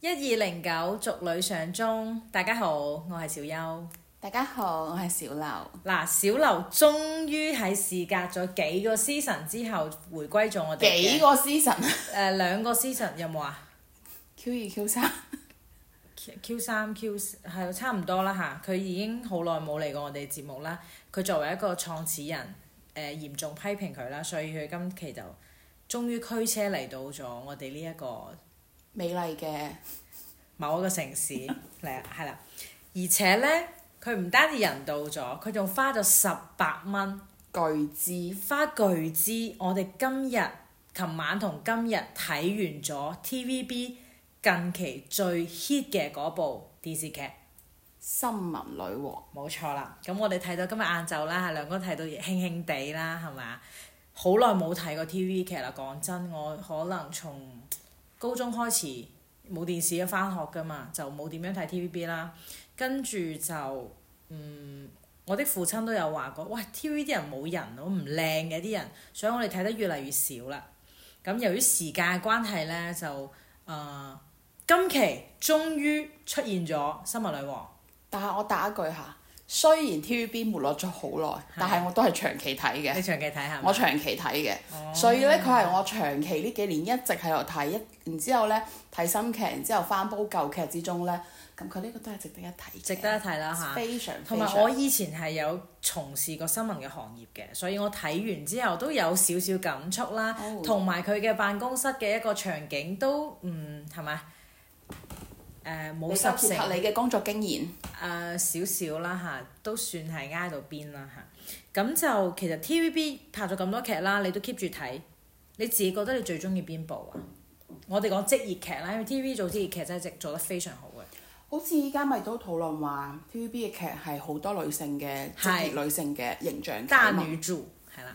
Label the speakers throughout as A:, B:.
A: 一二零九逐女上中，大家好，我係小優。
B: 大家好，我係小劉。
A: 嗱，小劉終於喺事隔咗幾個 season 之後回歸咗我哋嘅
B: 幾個 season
A: 誒兩個 season 有冇啊
B: Q 二 Q 三，
A: ？Q- Q 三 Q 四係差唔多啦嚇，佢已經好耐冇嚟過我哋節目啦。佢作為一個創始人，誒、嚴重批評佢啦，所以佢今期就終於驅車嚟到咗我哋呢一個
B: 美麗嘅
A: 某一個城市 嚟啊，係啦。而且呢，佢唔單止人到咗，佢仲花咗十八蚊，
B: 巨
A: 花巨資。我哋今日、琴晚同今日睇完咗 TVB 近期最 hit 嘅嗰部電視劇，
B: 資森林女王，
A: 冇錯啦。咁我哋睇到今日晏晝啦，兩個睇到興興地啦，係嘛？好耐冇睇過 TV 劇啦，講真，我可能從高中開始冇電視啊，翻學噶嘛，就冇點樣睇 TVB 啦。跟住就嗯，我的父親都有話過，喂 TV 啲人冇人，我唔靚嘅啲人，所以我哋睇得越嚟越少啦。咁由於時間嘅關係呢，就誒、呃今期終於出現咗《新聞女王》。
B: 但係我打一句嚇，雖然 TVB 沒落咗好耐，但係我都係長期睇嘅
A: 你，長期睇下嘛，
B: 我長期睇嘅，
A: 哦
B: 所以咧佢係我長期呢幾年一直喺度睇，一然之後咧睇新劇，然之後翻煲舊劇之中咧，咁佢呢個都係值得一睇嘅，
A: 值得一睇啦嚇。
B: 非常
A: 同
B: 非
A: 埋
B: 常
A: 我以前係有從事過新聞嘅行業嘅，所以我睇完之後都有少少感觸啦
B: 哦，
A: 同埋佢嘅辦公室嘅一個場景都嗯係咪？誒冇
B: 你
A: 十
B: 夠
A: 成
B: 結合你嘅工作經驗，
A: 誒少少啦嚇，都算係挨到邊啦嚇。咁就其實 TVB 拍咗咁多劇啦，你都 keep 住睇，你自己覺得你最中意邊部啊？我哋講職業劇啦，因為 TV 做職業劇真係做得非常好嘅。
B: 好似依家咪都討論話 TVB 嘅劇係好多女性嘅職業女性嘅形象劇
A: 大
B: 啊嘛
A: 女主係啦，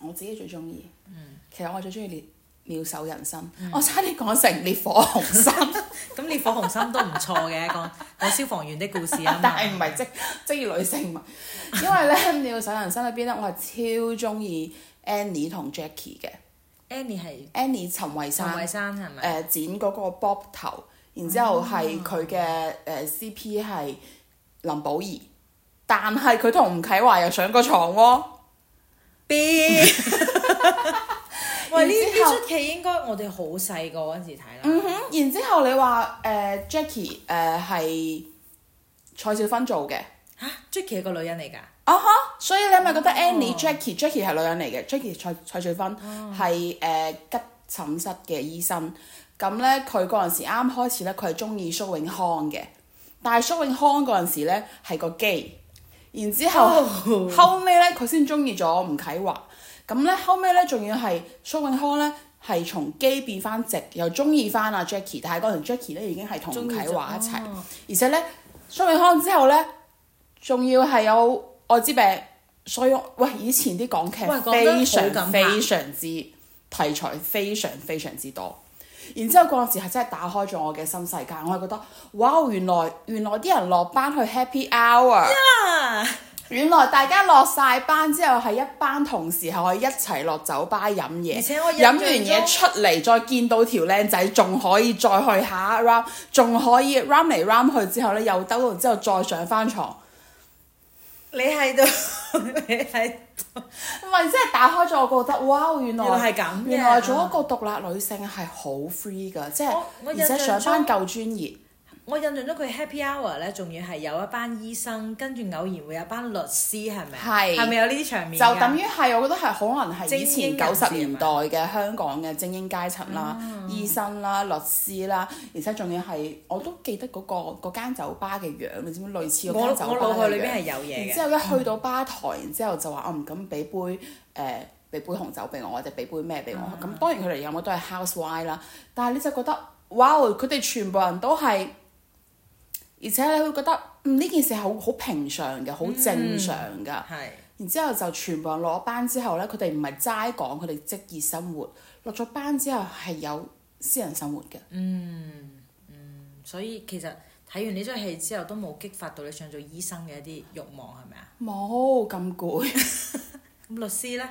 B: 我自己最中意。
A: 嗯
B: 其實我最中意烈妙手人心，我差啲講成烈火雄心，啊
A: 咁烈火雄心都唔錯嘅，講講消防員的故事啊嘛。
B: 但係唔係職職業女性嘛？因為咧 妙手人心裏邊咧，我係超中意 Annie 同 Jackie 嘅。
A: Annie 係
B: Annie 陳慧
A: 陳
B: 珊
A: 慧
B: 誒、
A: 珊啊係咪？
B: 呃剪嗰個 bob 頭，然之後係佢嘅誒 CP 係林保怡，但係佢同吳啟華又上過床喎、
A: B 喂，呢
B: 然之後
A: 呢出劇應該我哋好細個嗰陣時睇啦。
B: 嗯哼，然之後你話誒、呃 Jackie 誒、呃、係蔡少芬做嘅。
A: 嚇，Jackie 係個女人嚟㗎。
B: 啊哈！所以你咪覺得
A: 哦
B: Annie、Jackie、Jackie 係女人嚟嘅，Jackie 蔡蔡翠芬
A: 哦
B: 係誒、呃急診室嘅醫生。咁咧，佢嗰陣時啱開始咧，佢係中意蘇永康嘅，但係蘇永康嗰陣時咧係個 gay，然之後、
A: 哦
B: 後尾咧佢先中意咗吳啟華。咁咧後尾咧仲要係蘇永康咧係從 gay 變翻直，又中意翻阿 Jackie，但係嗰陣 Jackie 咧已經係同吳啟華一齊。
A: 哦
B: 而且咧，蘇永康之後咧，仲要係有愛滋病，所以我喂以前啲港劇
A: 喂講得
B: 非
A: 好敢拍
B: 常非常之題材非常非常之多。然之後嗰陣時係真係打開咗我嘅新世界，我係覺得，哇！原來原來啲人落班去 happy hour，
A: 啊
B: 原來大家落晒班之後係一班同事係可以一齊落酒吧飲嘢，
A: 而且我印
B: 飲
A: 象
B: 完
A: 中
B: 嘢出嚟再見到條靚仔，仲可以再去下一 round，仲可以 round 嚟 round 去之後咧，又兜完之後再上翻床，
A: 你喺度， 你係
B: 唔係真係打開咗我覺得，哇！原來
A: 原來係咁嘅
B: 原來做一個獨立女性係好 free 㗎，即係
A: 我我
B: 而
A: 印象
B: 且上班夠專業，
A: 我印象中佢 Happy Hour 咧，仲要係有一班醫生，跟住偶然會有一班律師，係咪？
B: 係
A: 係咪有呢啲場面㗎？
B: 就等於係我覺得係可能係以前
A: 啊精英人
B: 九
A: 士
B: 十年代嘅香港嘅精英階層啦，
A: 嗯
B: 醫生啦、律師啦，而且仲要係我都記得嗰、個嗰間酒吧嘅樣，你知唔知類似
A: 我
B: 嗰間酒吧
A: 我腦
B: 嘅
A: 海裏
B: 樣
A: 邊係有嘢
B: 然
A: 嘅。
B: 之後一去到吧台，然之後就話我唔敢俾杯誒俾、杯紅酒俾我，或者俾杯咩俾我。咁、
A: 嗯
B: 當然佢哋有冇都係 house wine 啦，但係你就覺得哇！佢哋全部人都係，而且你會覺得嗯呢件事係好好平常嘅，好
A: 嗯
B: 正常㗎。
A: 係。
B: 然之後就全部人落咗班之後咧，佢哋唔係齋講佢哋職業生活，落咗班之後係有私人生活嘅。
A: 所以其實睇完呢出戲之後，都冇激發到你想做醫生嘅一啲慾望，係咪啊？
B: 冇咁攰。
A: 咁律師呢？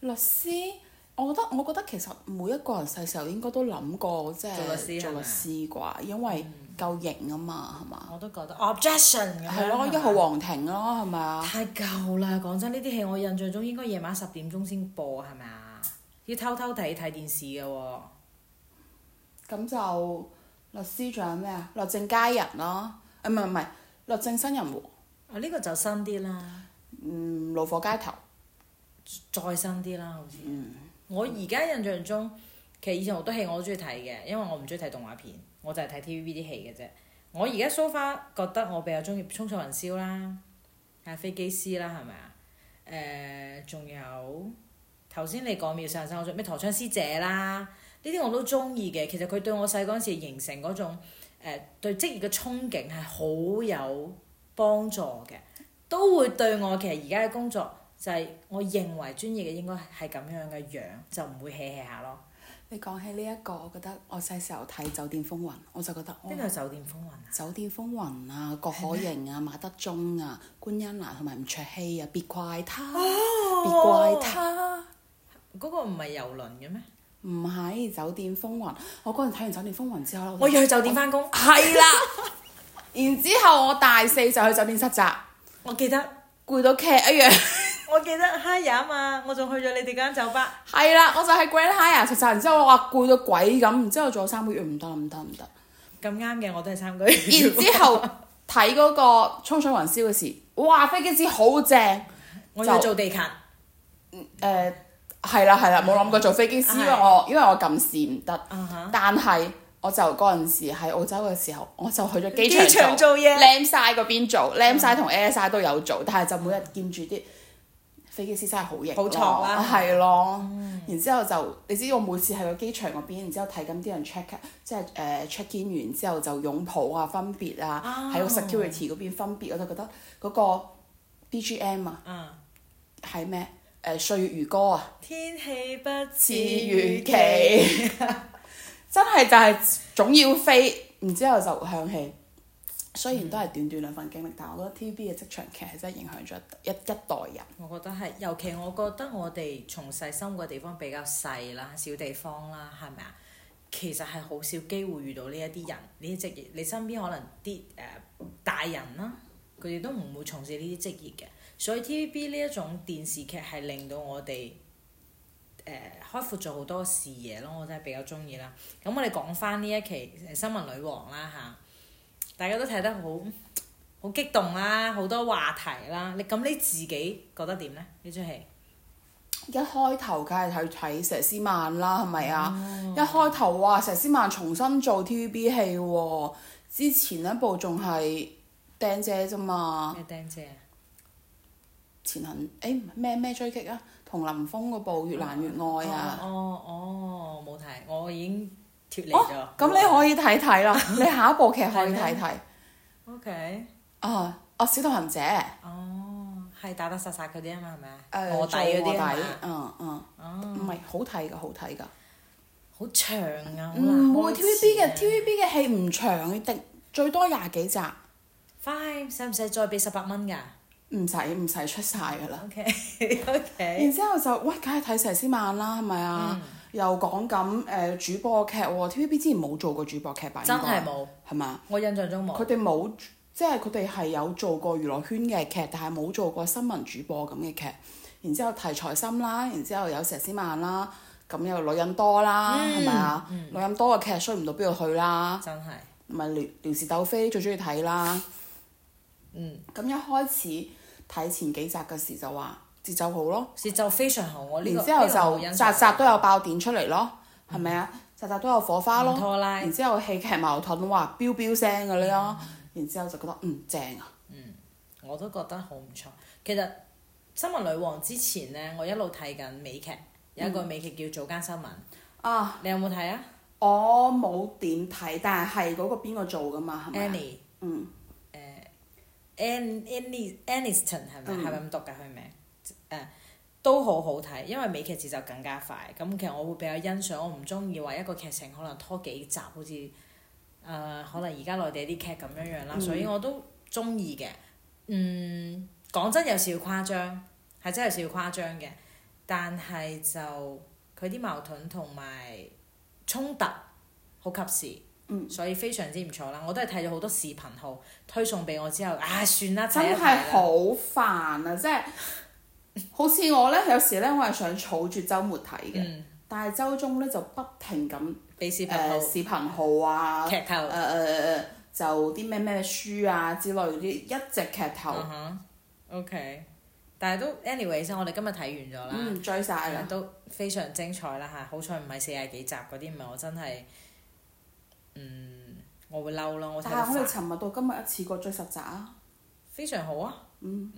B: 律師我覺得我覺得其實每一個人細時候應該都諗過，即係
A: 做律師嗯
B: 做律師啩，因為夠型啊嘛，係嘛？
A: 我都覺得 objection 咁樣
B: 係咯，
A: 係嘛
B: 一號皇庭咯，係咪啊？
A: 太舊啦！講真，呢啲戲我印象中應該夜晚十點鐘先播係咪啊？要偷偷睇睇電視嘅喎。
B: 咁就律師仲有咩啊？律政佳人咯，啊唔係唔係，律政新人王，
A: 啊，呢、個就新啲啦，
B: 嗯，怒火街頭，
A: 再新啲啦，好似。我而家印象中，其實以前好多戲我都中意睇嘅，因為我唔中意睇動畫片，我就係睇 TVB 啲戲嘅啫。我而家 so far 覺得我比較中意《衝上雲霄》啦，係飛機師啦，係咪啊？誒、仲有頭先你講《妙手人生》，我中咩陀槍師姐啦，呢啲我都中意嘅。其實佢對我細嗰陣時形成嗰種誒、呃、對職業嘅憧憬係好有幫助嘅，都會對我其實而家嘅工作。就係我認為專業嘅應該係咁樣嘅樣，就唔會 hea hea 下咯。
B: 你講起呢、一個，我覺得我細時候睇《酒店風雲》，我就覺得哦
A: 邊度係酒店風雲啊？
B: 酒店風雲啊，郭可 盈啊，馬德鐘啊，官恩娜同埋吳卓羲啊，別怪他，
A: 哦
B: 別怪他，
A: 嗰個唔係遊輪嘅咩？
B: 唔係酒店風雲。我嗰陣睇完酒店風雲之後咧，
A: 我要去酒店翻工，
B: 係啦。然之後我大四就去酒店實習，
A: 我記得，
B: 攰到劇一樣。
A: 我記得 h i g 啊嘛，我仲去咗你哋間酒吧。
B: 係啦，我就喺 Grand Hyatt 實習，然之後我話攰到鬼咁，然之後做咗三個月唔得唔得唔得。
A: 咁啱嘅，我都係三個
B: 然之 後睇嗰個《衝上雲霄》嘅時，哇！飛機師好正。
A: 我要做地勤，
B: 誒係啦係啦，冇諗過做飛機師，因為我因為我近視唔得
A: 啊哈，
B: 但係我就嗰陣時喺澳洲嘅時候，我就去咗機
A: 機場
B: 場
A: 做嘢嗯
B: ，lam 曬嗰邊做，lam 曬同 air 曬都有做，但係就每日見住啲飛機師真係好型咯，
A: 好挫啦嗯
B: 係咯。然之後就你知我每次喺個機場嗰邊，然之後睇緊啲人 check 即係誒 check in 完之後就擁抱啊、分別啊，喺個 security 嗰邊分別，我就覺得嗰個 BGM 啊
A: 嗯，
B: 係咩？誒歲月如歌啊！
A: 天氣不似
B: 似
A: 預
B: 預
A: 期，
B: 期，真係就係總要飛，然之後就響起。雖然都係短短兩份經歷，但我覺得 TVB 嘅職場劇係真係影響咗一一代人。
A: 我覺得係，尤其我覺得我哋從細生活嘅地方比較細啦，小地方啦，係咪啊？其實係好少機會遇到呢一啲人，呢啲職業，你身邊可能啲誒、呃大人啦，佢哋都唔會從事呢啲職業嘅，所以 TVB 呢一種電視劇係令到我哋誒、呃、開闊咗好多視野咯，我真係比較中意啦。咁我哋講翻呢一期呃新聞女王啦吓，大家都睇得好好激動啦，好多話題啦。你咁你自己覺得點呢？呢出戲
B: 一開頭梗係去睇佘詩曼啦，係咪啊？一開頭哇，佘詩曼重新做 TVB 戲喎，之前一部仲係釘姐啫嘛，
A: 咩釘姐啊？
B: 前行誒咩咩追擊啊，同林峰嗰部《越難越愛》啊。
A: 哦哦，哦冇睇，我已經脱離咗
B: 哦。，咁你可以睇睇啦，你下一部劇可以睇睇。
A: O K，
B: 啊，哦，小道行者，誒、
A: 哦，係打打殺殺嗰啲啊嘛，係咪啊？
B: 呃
A: 臥
B: 做
A: 底嗰啲啊
B: 臥底
A: 嘛，
B: 嗯嗯，
A: 哦，
B: 唔係好睇㗎，好睇㗎。
A: 好長啊，好難
B: 唔會
A: 開始
B: TVB 嘅
A: 啊
B: TVB 嘅戲唔長，定最多廿幾集，
A: Fine，使唔使再俾十八蚊㗎
B: 唔使唔使出晒㗎啦。
A: ？O K，O K，
B: 然之後就喂，梗係睇佘詩曼啦，係咪
A: 嗯
B: 啊？又講緊呃誒主播劇喎，TVB 之前冇做過主播劇吧？
A: 真
B: 應
A: 係
B: 該，
A: 冇，
B: 係嘛？
A: 我印象中
B: 哦佢
A: 冇。
B: 哋冇，即係佢哋係有做過娛樂圈嘅劇，但係冇做過新聞主播咁嘅劇。然之後題材深啦，然之後有佘詩曼啦，咁有女人多啦，
A: 嗯
B: 係咪啊？女人多嘅劇衰唔到邊度去啦，
A: 真係，
B: 咪聊聊是鬥非最中意睇啦。
A: 嗯，
B: 咁一開始睇前幾集嘅時就話節奏好咯，
A: 節奏非常好，我呢個
B: 然之後
A: 呢個我好
B: 就
A: 欣
B: 集
A: 賞
B: 集都有爆點出嚟咯，係咪啊？集集都有火花
A: 唔
B: 咯，
A: 拖拉
B: 然之後戲劇矛盾哇飆飆聲嘅
A: 嗯
B: 咯，然之後就覺得嗯正啊。
A: 我都覺得好唔錯。其實《新聞女王》之前呢，我一路睇緊美劇，有一
B: 嗯
A: 個美劇叫《早間新聞》，
B: 啊！
A: 你有冇睇啊
B: 我冇點睇，但係係嗰個邊個做噶嘛？係咪啊？
A: ？Annie
B: 嗯，
A: An Annie Aniston 係咪係咪咁讀㗎佢名？誒都好好睇，因為美劇節奏更加快。咁其實我會比較欣賞，我唔中意話一個劇情可能拖幾集，好似誒、呃可能而家內地啲劇咁樣樣啦，所以我都中意嘅。嗯，講真有少少誇張，係真係有少少誇張嘅，但係就佢佢啲矛盾同埋衝突好及時，
B: 嗯
A: 所以非常之唔錯啦。我都係睇咗好多視頻號推送俾我之後，啊算啦，
B: 真
A: 睇一睇
B: 係
A: 啦
B: 好煩啊！即係好似我咧，有時咧我係想儲住週末睇嘅，
A: 嗯，
B: 但係週中咧就不停咁
A: 俾視頻號、
B: 誒視頻號啊，誒
A: 劇透，
B: 誒誒誒呃就啲咩咩書啊之類嗰啲一直劇透，
A: 嗯哼，OK，但係都 anyways，我哋今日睇完咗啦。
B: 嗯追晒啦。
A: 都非常精彩啦嚇！好彩唔係四廿幾集嗰啲，唔係我真係，嗯，我會嬲咯，我睇
B: 但
A: 到
B: 係我哋
A: 煩。
B: 尋日到今日一次過追十集啊！
A: 非常好啊。嗯。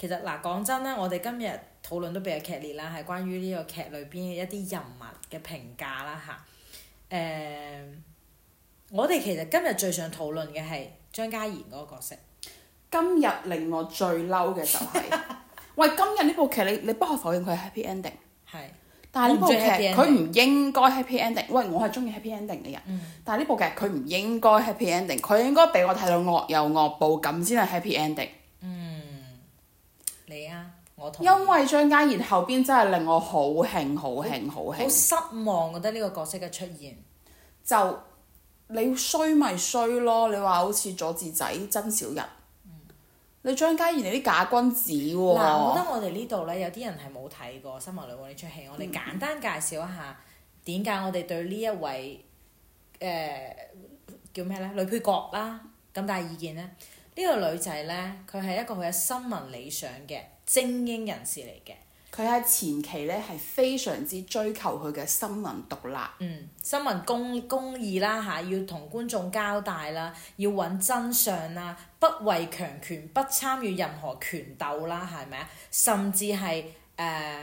A: 其實嗱，講真啦，我哋今日討論都比較劇烈啦，係關於呢個劇裏邊一啲人物嘅評價啦嚇。誒、我哋其實今日最想討論嘅係張嘉怡嗰個角色。
B: 今日令我最嬲嘅就 係、喂，今日呢部劇你你不可否認佢係 happy ending。
A: 係。
B: 但係呢部
A: 我唔
B: 劇
A: 中意 happy ending 嗯
B: 佢唔應該 happy ending，喂，我係中意 happy ending 嘅人。但係呢部劇佢唔應該 happy ending，佢應該俾我睇到惡有惡報咁先係 happy ending。
A: 你啊，我同意
B: 因為張嘉怡後邊真係令我好興、好興、好
A: 好
B: 興，
A: 失望，覺得呢個角色嘅出現。
B: 就你衰咪衰咯。你話好似佐治仔、曾小人，你張嘉怡你啲假君子喎、
A: 嗯嗱，我覺得我哋呢度咧有啲人係冇睇過《新聞女王》呢出戲，我哋簡單介紹一下點解我哋對呢一位誒、呃叫咩咧女配角啦咁大意見咧？呢、個女仔咧，佢係一個好有新聞理想嘅精英人士嚟嘅。
B: 佢喺前期呢係非常之追求佢嘅新聞獨立。
A: 嗯，新聞公公義啦嚇，要同觀眾交代啦，要揾真相啦，不畏強權，不參與任何權鬥啦，係咪啊？甚至係誒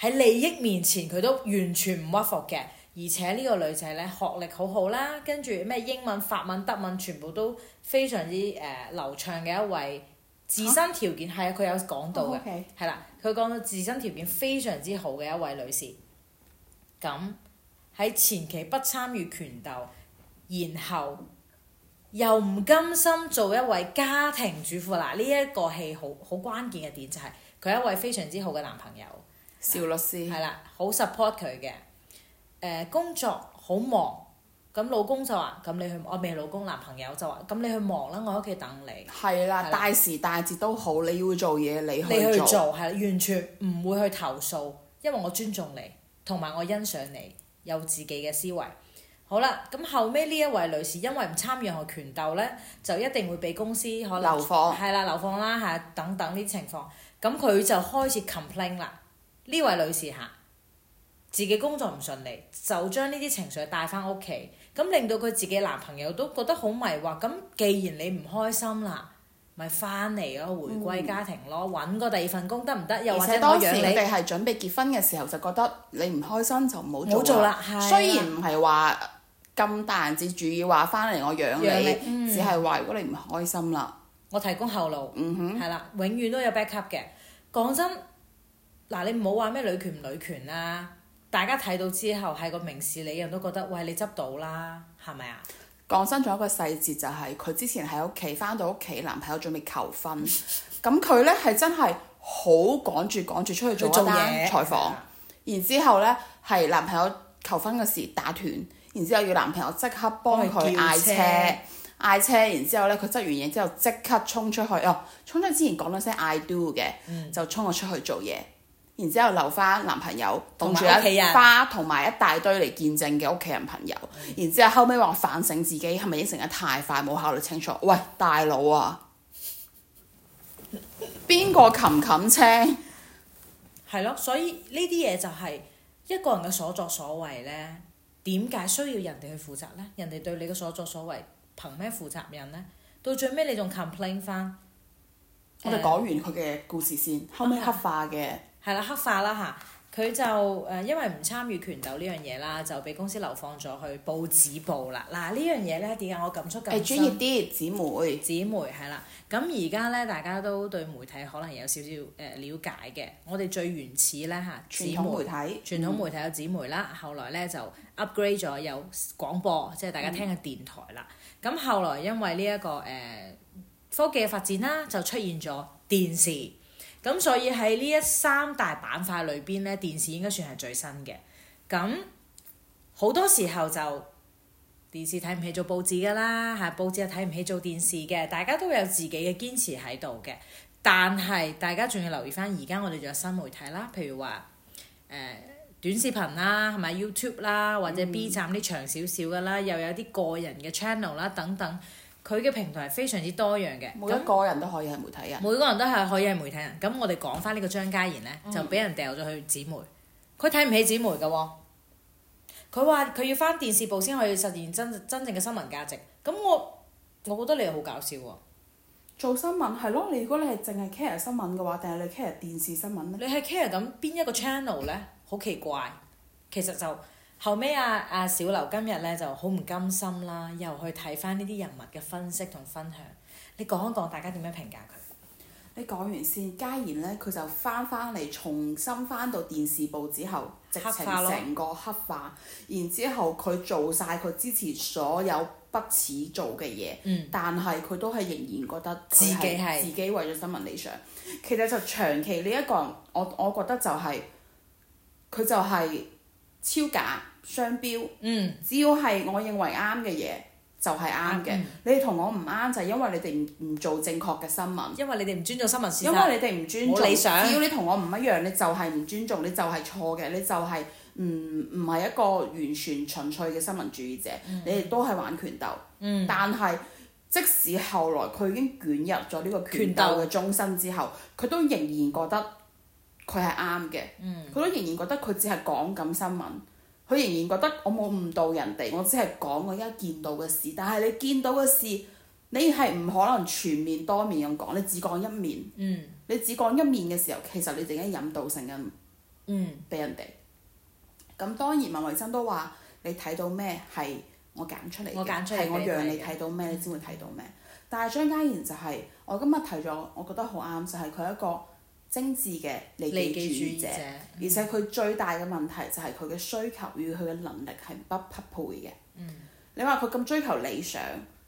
A: 喺利益面前，佢都完全唔屈服嘅。而且呢個女仔咧學歷好好啦，跟住咩英文、法文、德文全部都非常之誒、流暢嘅一位，自身條件係啊，佢有講到嘅。
B: OK
A: 係啦，佢講到自身條件非常之好嘅一位女士，咁喺前期不參與權鬥，然後又唔甘心做一位家庭主婦嗱，呢、一個戲好好關鍵嘅點就係、佢係一位非常之好嘅男朋友，
B: 邵律師
A: 係啦，好 support 佢嘅，誒、工作好忙，咁老公就話：咁你去我未老公男朋友就話：咁你去忙啦，我喺屋企等你。
B: 係
A: 係啦
B: 啦，大時大節都好，你要做嘢你
A: 你去
B: 去做。
A: 做係啦完全唔會去投訴，因為我尊重你，同埋我欣賞你有自己嘅思維。好啦，咁後尾呢一位女士因為唔參與任何權鬥呢，就一定會俾公司可能
B: 流放
A: 係啦流放啦嚇等等呢啲情況，咁佢就開始 complain 啦。呢位女士嚇自己工作唔順利，就將呢啲情緒帶翻屋企，咁令到佢自己男朋友都覺得好迷惑。咁既然你唔開心啦，咪翻嚟咯，回歸家庭咯，揾個第二份工得唔得？又
B: 而
A: 或
B: 且
A: 者
B: 當
A: 我
B: 時
A: 養
B: 佢
A: 你
B: 哋係準備結婚嘅時候，就覺得你唔開心就唔
A: 冇
B: 好
A: 做
B: 做啦。
A: 啦，係啦啊
B: 雖然唔係話咁大人至主義話翻嚟我養
A: 養你
B: 你，只係話如果你唔開心啦，
A: 我提供後路，
B: 嗯哼，
A: 係啦、永遠都有 backup 嘅。講真，嗱你唔好話咩女權唔女權啦，大家睇到之後係個明事理人都覺得，喂你執到啦，係咪啊？
B: 講真，仲有一個細節就係、佢之前喺屋企翻到屋企，男朋友準備求婚，咁佢咧係真係好趕住趕住出去做一單採
A: 係
B: 訪。
A: 啦
B: 然之後呢，係男朋友求婚嗰時打斷，然之後要男朋友即刻幫佢嗌車
A: 幫佢叫車，
B: 嗌車，然之後呢，佢執完嘢之後即刻衝出去，哦，衝出去之前講咗聲 I do 嘅，
A: 嗯
B: 就衝咗出去做嘢，然之後留翻男朋友
A: 同埋
B: 凍住
A: 屋企
B: 一
A: 人
B: 花同埋一大堆嚟見證嘅屋企人朋友，
A: 嗯
B: 然之後後尾話反省自己係咪應承得太快，冇考慮清楚，喂大佬啊！邊個冚冚車？
A: 係咯，所以呢啲嘢就係一個人嘅所作所為呢，點解需要人哋去負責呢？人哋對你嘅所作所為，憑咩負責任呢？到最尾你仲 complain 翻，
B: 我哋講完佢嘅故事先，後尾黑化嘅
A: 係啦，黑化啦吓，佢就誒、呃因為唔參與拳鬥呢樣嘢啦，就俾公司流放咗去報紙部啦。嗱呢樣嘢呢，點解我感觸咁
B: 誒
A: 深？
B: 專業啲姊妹，
A: 姊妹係啦，咁而家咧大家都對媒體可能有少少誒了解嘅，我哋最原始咧嚇姊
B: 傳統媒體
A: 傳統媒體有紙媒啦，後來咧就 upgrade 咗有廣播，即係大家聽嘅電台啦。咁、後來因為呢、一個誒、呃科技嘅發展啦，就出現咗電視。咁所以喺呢一三大板塊裏邊咧，電視應該算係最新嘅。咁好多時候就電視睇唔起做報紙㗎啦，嚇報紙又睇唔起做電視嘅，大家都有自己嘅堅持喺度嘅。但係大家仲要留意翻，而家我哋仲有新媒體啦，譬如話誒、呃短視頻啦，係咪 YouTube 啦，或者 B 站啲長少少㗎啦，又有啲個人嘅 channel 啦等等，佢嘅平台係非常之多樣嘅。
B: 每一個人都可以係媒體人。
A: 每個人都係可以係媒體人。咁我哋講翻呢個張嘉賢呢，
B: 嗯
A: 就俾人掉咗去姊妹，佢睇唔起姊妹嘅喎。佢話佢要翻電視部先可以實現真真正嘅新聞價值。咁我我覺得你好搞笑喎、
B: 做新聞係咯，你如果你係淨係 care 新聞嘅話，定係你 care 電視新聞
A: 你
B: 咧？
A: 係 care 緊邊一個 channel 呢？好奇怪。其實就後尾啊啊小劉今日呢就好唔甘心啦，又去睇翻呢啲人物嘅分析同分享。你講一講大家點樣評價佢？
B: 你講完先，嘉賢咧佢就翻翻嚟，重新翻到電視部之後，直
A: 黑
B: 情
A: 化咯
B: 成個黑化，然之後佢做晒佢之前所有不恥做嘅嘢，
A: 嗯
B: 但係佢都係仍然覺得佢
A: 自己係
B: 自己為咗新聞理想。其實就長期呢一個人，我我覺得就係、佢就係超假雙標。
A: 嗯，
B: 只要係我認為啱嘅嘢就係啱嘅
A: 嗯，
B: 你哋同我唔啱就係因為你哋唔唔做正確嘅新聞，
A: 因為你哋唔尊重新聞事
B: 因
A: 實。
B: 為你哋唔尊
A: 冇
B: 重。
A: 理想
B: 只要你同我唔一樣，你就係唔尊重，你就係錯嘅，你就係唔唔係一個完全純粹嘅新聞主義者，你哋都係玩拳鬥。
A: 嗯
B: 但係即使後來佢已經捲入咗呢個
A: 拳
B: 拳
A: 鬥
B: 鬥嘅中心之後，佢都仍然覺得佢係啱嘅，佢、
A: 嗯
B: 都仍然覺得佢只係講緊新聞，佢仍然覺得我冇誤導人哋，我只係講我而家見到嘅事，但係你見到嘅事。你係唔可能全面多面咁講，你只講一面。
A: 嗯
B: 你只講一面嘅時候，其實你就已經引導成緊
A: 嗯
B: 俾人哋。咁當然文慧珍都話：你睇到咩係我揀出嚟嘅，
A: 我揀出嚟
B: 係我
A: 俾你
B: 讓你
A: 睇嘅
B: 睇到咩，你先會睇到咩。但係張嘉賢就係、我今日睇咗，我覺得好啱，就係、佢一個精緻嘅利
A: 利
B: 己
A: 己
B: 主義
A: 主義
B: 者，
A: 者
B: 而且佢最大嘅問題就係佢嘅需求與佢嘅能力係不匹配嘅。你話佢咁追求理想，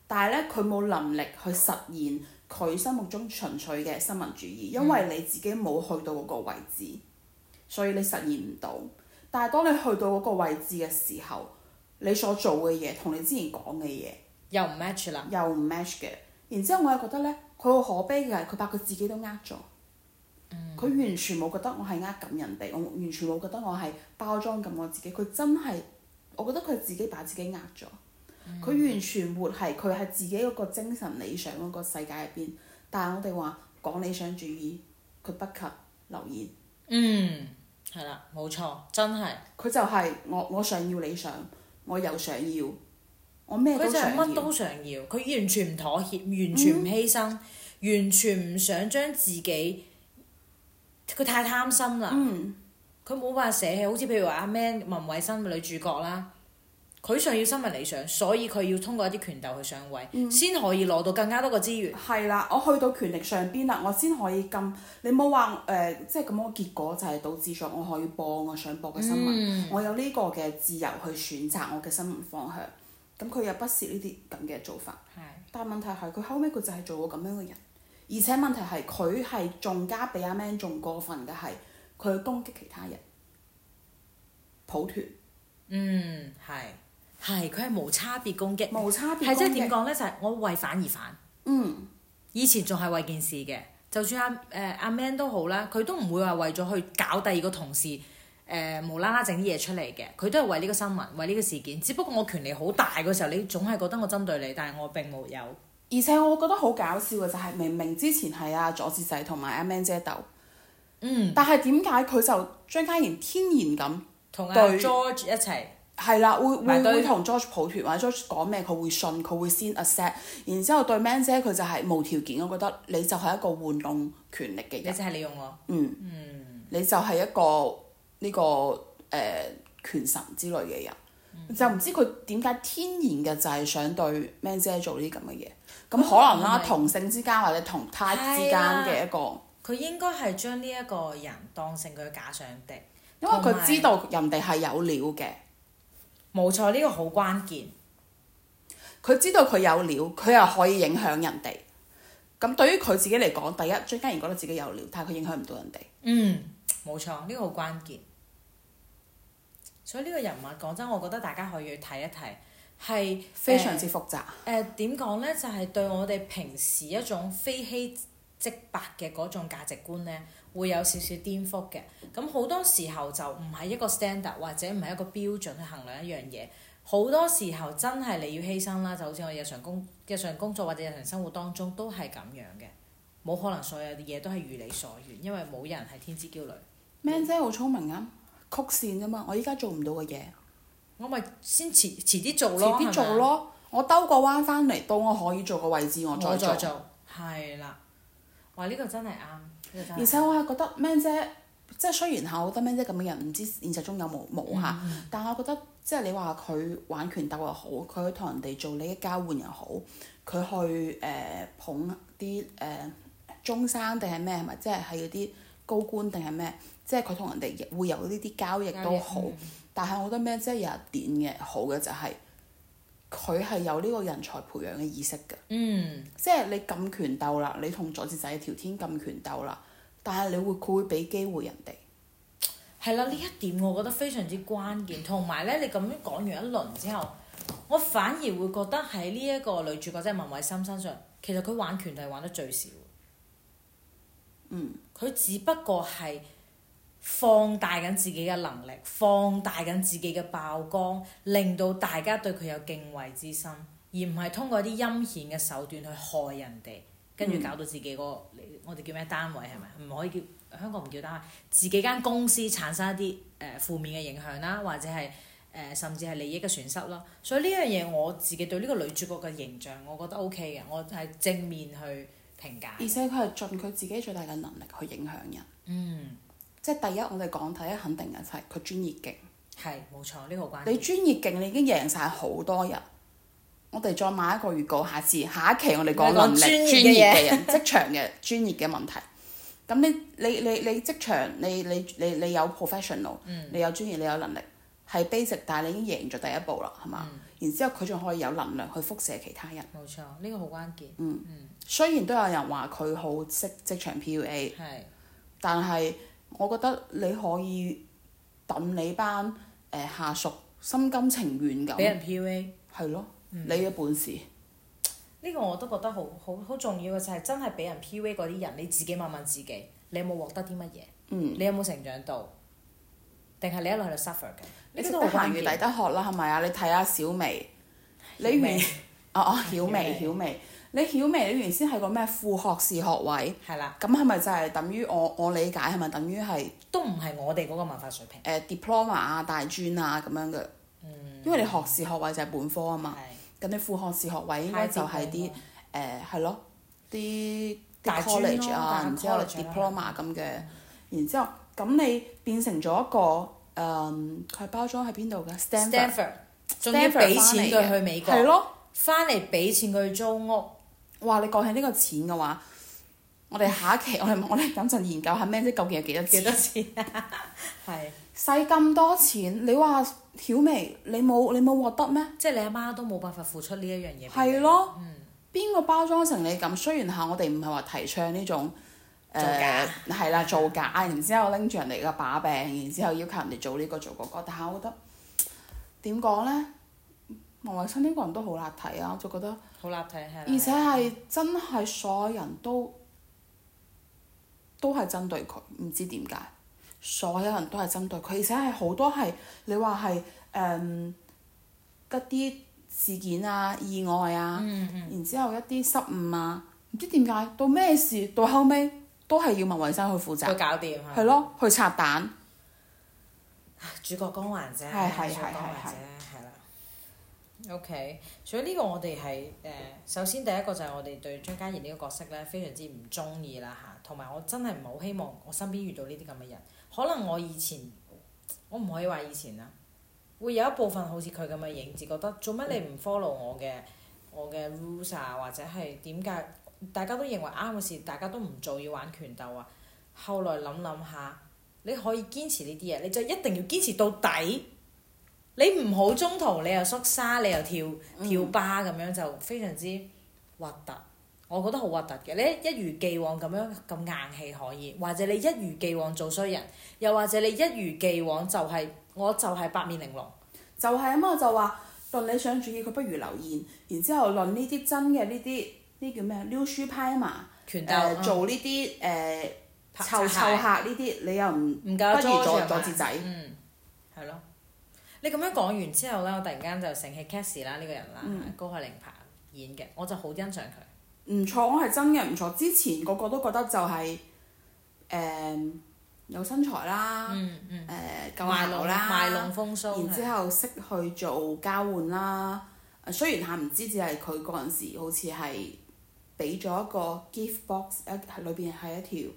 B: 但係咧佢冇能力去實現佢心目中純粹嘅新聞主義，因為你自己冇去到嗰個位置，所以你實現唔到。但係當你去到嗰個位置嘅時候，你所做嘅嘢同你之前講嘅嘢
A: 又唔 match 啦。
B: 又唔 match 嘅，然之後我又覺得咧，佢好可悲嘅係佢把佢自己都呃咗。
A: 嗯
B: 佢完全冇覺得我係呃緊人哋，我完全冇覺得我係包裝緊我自己。佢真係，我覺得佢自己把自己呃咗。
A: 嗯
B: 佢、完全活係佢喺自己嗰個精神理想嗰個世界入邊，但係我哋話講理想主義，佢不及留言。
A: 嗯，係啦，冇錯，真係。
B: 佢就係我我想要理想，我又想要，我咩
A: 佢
B: 都
A: 就係
B: 想
A: 乜
B: 要。
A: 都想要，佢完全唔妥協，完全唔犧牲，
B: 嗯
A: 完全唔想將自己，佢太貪心啦。
B: 嗯
A: 佢冇辦法捨棄，好似譬如話阿 Man 文慧生嘅女主角啦，佢想要新聞理想，所以佢要通過一啲拳鬥去上位，
B: 嗯
A: 先、可以攞到更加多嘅資源。
B: 係啦，我去到權力上邊啦，我先可以咁。你冇話誒，即係咁樣嘅結果就係導致咗我可以播我想播嘅新聞，
A: 嗯
B: 我有呢個嘅自由去選擇我嘅新聞方向。咁佢又不屑呢啲咁嘅做法。
A: 係
B: 但問題係佢後尾佢就係做過咁樣嘅人，而且問題係佢係仲加比阿 Man 仲過分嘅係佢攻擊其他人，抱團
A: 嗯，係係，佢係無差別攻擊，
B: 無差別
A: 係即係點
B: 攻擊，
A: 講呢？就係、我為反而反。
B: 嗯，
A: 以前仲係為件事嘅，就算阿誒阿 Man 都好啦，佢都唔會話為咗去搞第二個同事誒、呃、無啦啦整啲嘢出嚟嘅，佢都係為呢個新聞，為呢個事件。只不過我權力好大嘅時候，你總係覺得我針對你，但係我並冇有。
B: 而且我覺得好搞笑嘅就係明明之前係阿左志仔同埋阿 Man 姐鬥，
A: 嗯，
B: 但係點解佢就張嘉賢天然咁
A: 同阿
B: 對
A: George 一齊，
B: 係啦，會
A: 埋
B: 會
A: 堆
B: 會同 George 抱團或者 George 講咩佢會信，佢會先 accept，然之後對 Man 姐佢就係無條件，我覺得你就係一個玩弄權力嘅
A: 你
B: 人
A: 就。係利用我。
B: 嗯，你就係一個呢、個誒、呃、權臣之類嘅人，就唔知佢點解天然嘅就係想對 Man 姐做呢啲咁嘅嘢。咁可能啦，
A: 係
B: 同性之間或者同 type 之間嘅一個，
A: 佢應該係將呢一個人當成佢嘅假想敵。
B: 因為
A: 同
B: 佢
A: 埋
B: 知道人哋係有料嘅，
A: 冇錯，呢、個好關鍵。
B: 佢知道佢有料，佢又可以影響人哋。咁對於佢自己嚟講，第一張嘉瑩覺得自己有料，但係佢影響唔到人哋。
A: 嗯，冇錯，呢個好關鍵。所以呢個人物講真，我覺得大家可以去睇一睇，係
B: 非常之複雜。
A: 誒點講呢？就係、對我哋平時一種非黑即白嘅嗰種價值觀呢，會有少少顛覆嘅。咁好多時候就唔係一個 standard 或者唔係一個標準去衡量一樣嘢。好多時候真係你要犧牲啦，就好似我日常工日常工作或者日常生活當中都係咁樣嘅。冇可能所有嘢都係如你所願，因為冇人係天之驕女。
B: Man 姐好聰明啊，曲線啫嘛，我依家做唔到嘅嘢，
A: 我咪先遲遲啲做咯，
B: 遲啲
A: 係
B: 做
A: 咪啊
B: 咯。啊我兜個彎翻嚟，到我可以做個位置，我再
A: 我
B: 做
A: 再。做，係啦。哇！呢、個真係啱，呢個真係
B: 而且我係覺得 Man 姐，即係雖然嚇，我覺得 Man 姐咁嘅人唔知現實中有冇冇嚇，但係我覺得即係你話佢玩拳鬥又好，佢去同人哋做利益交換又好，佢去誒、呃捧啲誒、呃中生定係咩係咪？即係係嗰啲高官定係咩？即係佢同人哋會有呢啲交易嗯都好，但係我覺得 Man 姐有一點嘅好嘅就係佢係有呢個人才培養嘅意識嘅。
A: 嗯，
B: 即係你撳拳鬥啦，你同佐治仔條天撳拳鬥啦，但係你會佢會俾機會人哋。
A: 係啦，呢一點我覺得非常之關鍵。同埋咧，你咁樣講完一輪之後，我反而會覺得喺呢一個女主角即係文慧心身上，其實佢玩拳係玩得最少。嗯。佢只不過係放大緊自己嘅能力，放大緊自己嘅曝光，令到大家對佢有敬畏之心，而唔係通過啲陰險嘅手段去害人哋，跟住搞到自己嗰個、我哋叫咩單位係咪？唔可以叫香港唔叫單位。自己間公司產生一啲誒、呃、負面嘅影響啦，或者係誒、呃甚至係利益嘅損失啦。所以呢樣嘢我自己對呢個女主角嘅形象，我覺得 O K 嘅，我係正面去評
B: 而
A: 價。
B: 且佢係盡佢自己最大嘅能力去影響人。
A: 嗯，
B: 即係第一，我哋講第一肯定嘅就係佢專業勁。
A: 係冇錯，呢、個好關
B: 你
A: 鍵。
B: 專業勁，你已經贏晒好多人。我哋再買一個預告，下次下一期我哋講能
A: 我哋講
B: 力
A: 專業嘅
B: 專業嘅人，職場嘅專業嘅問題。咁你你你你職場你你你你有 professional，、你
A: 嗯
B: 有專業，你有能力係 basic，但係你已經贏咗第一步啦，係嘛？
A: 嗯
B: 然之後佢仲可以有能量去輻射其他人。
A: 冇錯，呢、個好關鍵。
B: 雖然都有人話佢好識職場 PUA，
A: 係
B: 但係我覺得你可以揼你班誒、呃下屬心甘情願
A: 俾
B: 咁，
A: 人 P U A。
B: 係咯，
A: 嗯
B: 你嘅本事。
A: 呢個我都覺得好好好重要嘅就係真係俾人 P.U.A 嗰啲人，你自己問問自己，你有冇獲得啲乜嘢？
B: 嗯
A: 你有冇成長到？定係你一路喺度 suffer 嘅？
B: 你
A: 呢
B: 識
A: 個都
B: 得
A: 好
B: 閒
A: 關
B: 魚抵
A: 鍵。
B: 得渴啦，係咪啊？你睇下小薇，你
A: 曉
B: 原
A: 薇
B: 哦哦曉薇
A: 薇
B: 曉薇，你曉薇你原先係個咩副學士學位，
A: 係啦，
B: 咁係咪就係等於我我理解係咪等於係
A: 都唔係我哋嗰個文化水平。嗯
B: 誒 diploma 啊大專啊咁樣嘅？因為你學士學位就係本科啊嘛，
A: 係
B: 咁你副學士學位應該就係啲誒係咯啲啲
A: 大專咯
B: college 啊，
A: 大
B: 然之後
A: college 啦
B: diploma 咁嘅，然之後咁你變成咗一個誒，嗯佢係包裝喺邊度嘅 Stanford
A: Stanford，仲要俾錢佢去美
B: 係
A: 國，
B: 咯，
A: 翻嚟俾錢佢租屋，
B: 哇！你講起呢個錢嘅話，我哋下一期 我哋我哋等陣研究下咩啫，究竟有幾多
A: 幾
B: 錢？
A: 多錢啊？ 係，
B: 使咁多錢，你話曉薇，你冇你冇獲得咩？
A: 即係你阿媽都冇辦法付出呢一樣嘢俾你。嗯
B: 係咯，邊個包裝成你咁？雖然嚇我哋唔係話提倡呢種
A: 造假
B: 誒係啦造假，然之後拎住人哋嘅把柄，然之後要求人哋做呢個做嗰個，但係我覺得點講呢？黃慧生呢個人都好邋遢啊，我就覺得。
A: 好立體係啦。
B: 而且係真係所有人都都係針對佢，唔知點解，所有人都係針對佢，而且係好多係你話係誒一啲事件啊、意外啊，然之後一啲失誤啊，唔知點解到咩事到後尾都係要文慧生去負
A: 佢
B: 責，
A: 搞掂
B: 係，咯，去拆彈。
A: 啊主角光環啫，
B: 係係
A: 主角光環啫，
B: 係
A: 係啦。OK，所以呢個我哋係誒，首先第一個就係我哋對張嘉怡呢個角色咧非常之唔中意啦嚇，同埋我真係唔係好希望我身邊遇到呢啲咁嘅人。可能我以前我唔可以話以前啦，會有一部分好似佢咁嘅影子，覺得做
B: 嗯
A: 乜你唔 follow 我嘅我嘅 rules 啊，或者係點解大家都認為啱嘅事，大家都唔做要玩拳鬥啊？後來諗諗下，你可以堅持呢啲嘢，你就一定要堅持到底。你唔好
B: 嗯
A: 中途你又縮沙，你又跳跳巴咁樣就非常之核突。我覺得好核突嘅。你一如既往咁樣咁硬氣可以，或者你一如既往做衰人，又或者你一如既往就係、我就係八面玲瓏。
B: 就係啊嘛，我就話論理想主義，佢不如留言，然之後論呢啲真嘅呢啲呢叫咩啊撩書批嘛，
A: 拳
B: 誒、
A: 鬥、嗯
B: 做呢啲誒
A: 呃拍
B: 臭臭
A: 擦鞋
B: 客呢啲，你又唔
A: 唔夠
B: 不如
A: 阻
B: 做
A: 住
B: 做
A: 係嘛
B: 節仔
A: 嗯，係咯。你咁樣講完之後咧，我突然間就醒起 Cassie 啦呢個人啦，
B: 嗯
A: 高海寧拍演嘅，我就好欣賞佢。
B: 唔錯，我係真嘅唔錯。之前個個都覺得就係、誒有身材啦，
A: 嗯嗯，
B: 誒夠
A: 賣
B: 效
A: 弄
B: 啦，
A: 賣弄風騷。
B: 然之
A: 係
B: 後識去做交換啦。誒雖然嚇唔知，只係佢嗰陣時好似係俾咗一個 gift box，一係裏邊係一條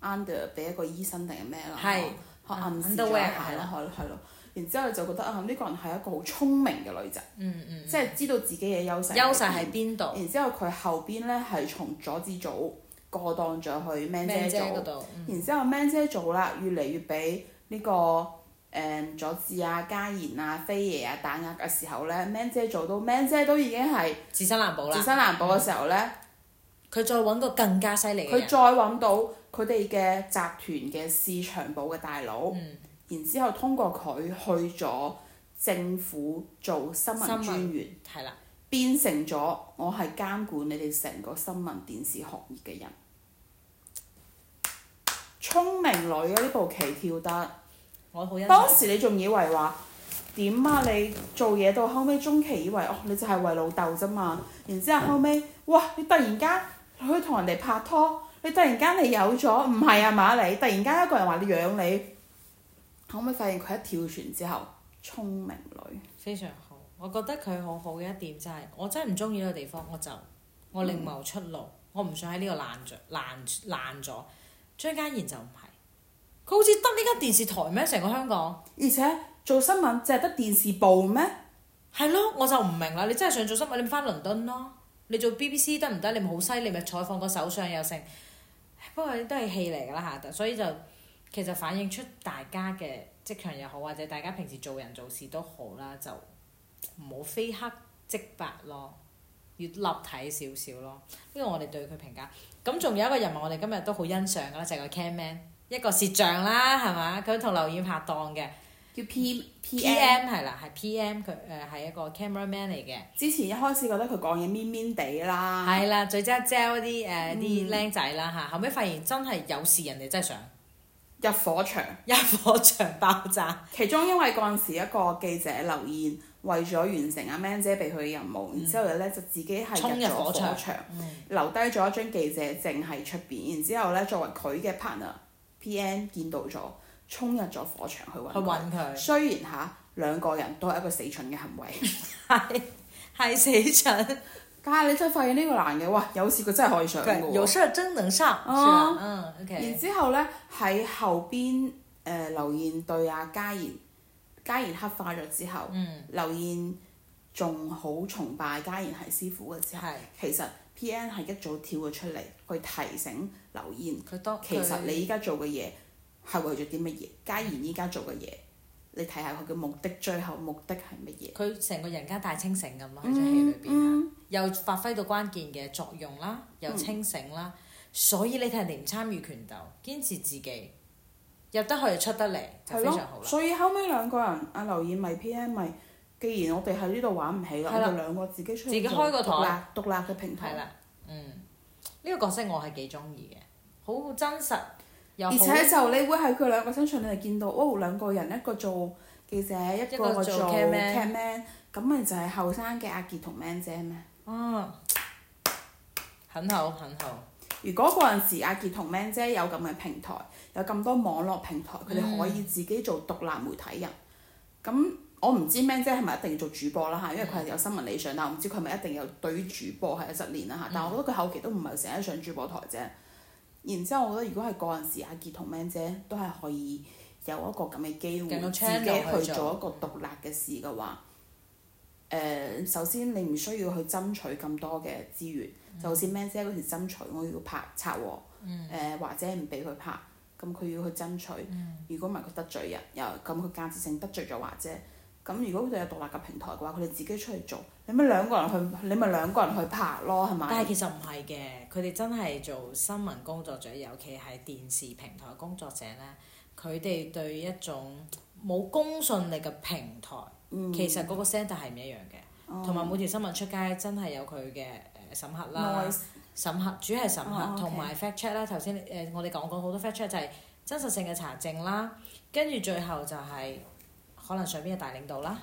B: under 俾一個醫生定係咩啦？
A: 係
B: 可暗示咗
A: underwear，
B: 一下
A: 係啦
B: 啦，係咯係咯。然之後就覺得啊，呢個人係一個好聰明嘅女仔，
A: 嗯嗯，
B: 即係知道自己嘅優勢。
A: 優勢喺邊度？
B: 然之後佢後邊咧係從佐治組過檔咗去 man
A: 咩
B: 姐
A: 姐
B: 組
A: 嗰。度？嗯
B: 然之後 Man 姐做啦，越嚟越俾呢、個誒佐治啊、嘉賢啊、飛爺啊打壓嘅時候咧，Man 姐做到 Man 姐都已經係
A: 嗯自身難保
B: 自
A: 啦。
B: 身難保嘅時候咧，
A: 佢再揾個更加犀利嘅
B: 佢
A: 人。
B: 再揾到佢哋嘅集團嘅市場部嘅大佬，
A: 嗯
B: 然之後通過佢去咗政府做新
A: 新
B: 聞
A: 聞
B: 專員，
A: 係啦，
B: 變成咗我係監管你哋成個新聞電視行業嘅人。聰明女啊！呢部戲跳得〜
A: 我好欣賞。
B: 當時你仲以為話點啊？你做嘢到後尾中期以為哦，你就係為老豆啫嘛。然之後後尾，哇！你突然間去同人哋拍拖，啊你突然間你有咗，唔係啊嘛你，突然間一個人話你養你，後尾發現佢一跳船之後，聰明女。
A: 非常好，我覺得佢好好嘅一點就係、我真係唔中意呢個地方，我就我另謀出路，
B: 嗯
A: 我唔想喺呢個爛咗爛爛咗。張家賢就唔係，佢好似得呢間電視台咩？成個香港
B: 而且做新聞淨係得電視部咩？
A: 係咯，我就唔明啦。你真係想做新聞，你咪翻倫敦咯。你做 BBC 得唔得？你咪好犀利，咪採訪個首相又成。不過都係戲嚟㗎啦嚇，所以就其實反映出大家嘅職場又好，或者大家平時做人做事都好啦，就唔好非黑即白咯，要立體少少咯。呢個我哋對佢評價。咁仲有一個人物，我哋今日都好欣賞㗎啦，就係、個 Can Man，一個攝像啦，係嘛？佢同劉燕拍檔嘅
B: 叫 P
A: 嗯 PM 係啦，係 PM 佢誒係一個 cameraman 嚟嘅。
B: 之前一開始覺得佢講嘢面面地啦，
A: 係啦，最即係嗰啲誒啲僆仔啦嚇，後尾發現真係有事，人哋真係想
B: 入火場。
A: 一火場爆炸。
B: 其中因為嗰陣時一個記者留言，為咗完成阿 Man 姐俾佢嘅任務，然之後咧就自己係
A: 衝入
B: 入咗
A: 火
B: 火
A: 場
B: 場，
A: 嗯
B: 留低咗一張記者證喺出邊。然之後咧，作為佢嘅 partner PN 見到咗，衝入咗火場去揾
A: 去揾
B: 佢。
A: 佢，
B: 雖然嚇兩個人都係一個死蠢嘅行為，
A: 係係死蠢，
B: 但係你真係發現呢個男嘅，哇！有時佢真係可以上嘅
A: 對，
B: 喎
A: 有事真能上，是吧
B: 哦
A: 嗯
B: 然
A: OK，
B: 之後咧喺後邊誒、呃、劉燕對阿嘉賢，嘉賢黑化咗之後，
A: 嗯
B: 劉燕仲好崇拜嘉賢係師傅嘅之後，
A: 係
B: 其實 P.N 係一早跳咗出嚟去提醒劉燕，
A: 佢當
B: 其實
A: 佢
B: 你依家做嘅嘢係為咗啲乜嘢？嘉賢依家做嘅嘢，你睇下佢嘅目的，最後目的係乜嘢？嗯
A: 佢成個人間大清醒咁咯，喺出戲裏邊啊嚇，又發揮到關鍵嘅作用啦，又清醒啦，所以你睇人哋唔參與拳鬥，堅持自己入得去就出得嚟，就
B: 係
A: 非
B: 咯
A: 常好，啦。
B: 所以後尾兩個人，阿劉燕咪 P.N 咪，既然我哋喺呢度玩唔起啦，
A: 係
B: 我
A: 啦
B: 哋兩個自己出
A: 自己
B: 去做
A: 開個台
B: 獨立獨立嘅平
A: 係
B: 台，
A: 啦，嗯，呢、個角色我係幾中意嘅，好真實又好
B: 而且就你會喺佢兩個身上，你係見到哦兩個人，一個做記者，一個
A: 個
B: 做
A: 做 cameraman
B: cameraman，咁咪就係後生嘅阿傑同 Man 姐咩？
A: 啊，很好很好，
B: 如果嗰陣時阿傑同 Man 姐有咁嘅平台，有咁多網絡平台，佢
A: 嗯
B: 哋可以自己做獨立媒體人。咁、我唔知 Man 姐係咪一定要做主播啦嚇，因為佢係有新聞理想，但我唔知佢係咪一定有對於主播係有執念啦嚇。但我覺得佢後期都唔係成日上主播台啫。然之後，我覺得如果係嗰陣時阿傑同 Man 姐都係可以有一個咁嘅機會
A: 有，個
B: 自
A: channel
B: 己
A: 去
B: 去
A: 做
B: 做一個獨立嘅事嘅話，誒、首先你唔需要去爭取咁多嘅資源，
A: 嗯
B: 就好似 Man 姐嗰時爭取我要拍拆喎，誒、或者唔俾佢拍，
A: 嗯
B: 咁佢要去爭取。如果唔係佢得罪人，又咁佢間接性得罪咗華姐，咁咁如果佢哋有獨立嘅平台嘅話，佢哋自己出去做，你咪兩個人去，你咪兩個人去拍咯，係
A: 但
B: 咪
A: 係？其實唔係嘅，佢哋真係做新聞工作者，尤其係電視平台工作者咧，佢哋對一種冇公信力嘅平台，
B: 嗯
A: 其實嗰個 standard 係唔一樣嘅。
B: 哦
A: 同埋、每條新聞出街真係有佢嘅誒審核啦
B: Noise
A: 審核主要係審
B: 哦
A: 核
B: ，OK
A: 同埋 fact check 啦。頭先誒我哋講過好多 fact check 就係真實性嘅查證啦，跟住最後就係、可能上邊嘅大領導啦，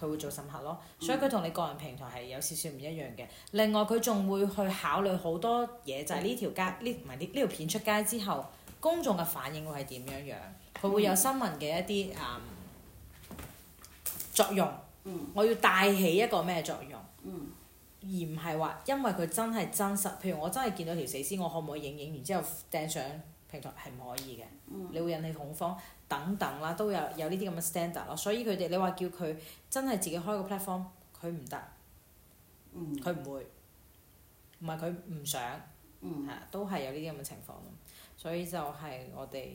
A: 佢會做審核咯，
B: 嗯
A: 所以佢同你個人平台係有少少唔一樣嘅。另外佢仲會去考慮好多嘢，就係呢條街呢唔係呢呢條片出街之後，公眾嘅反應會係點樣樣？佢會有新聞嘅一啲誒、嗯作用。我要帶起一個咩作用？而唔係話因為佢真係真實，譬如我真係見到條死屍，我可唔可以影影完之後掟上平台係唔可以嘅，你會引起恐慌等等啦，都有有呢啲咁嘅 standard 咯。所以佢哋你話叫佢真係自己開個 platform，佢唔得，
B: 嗯
A: 佢唔會，唔係佢唔想，係、
B: 嗯
A: 啊都係有呢啲咁嘅情況咯。所以就係我哋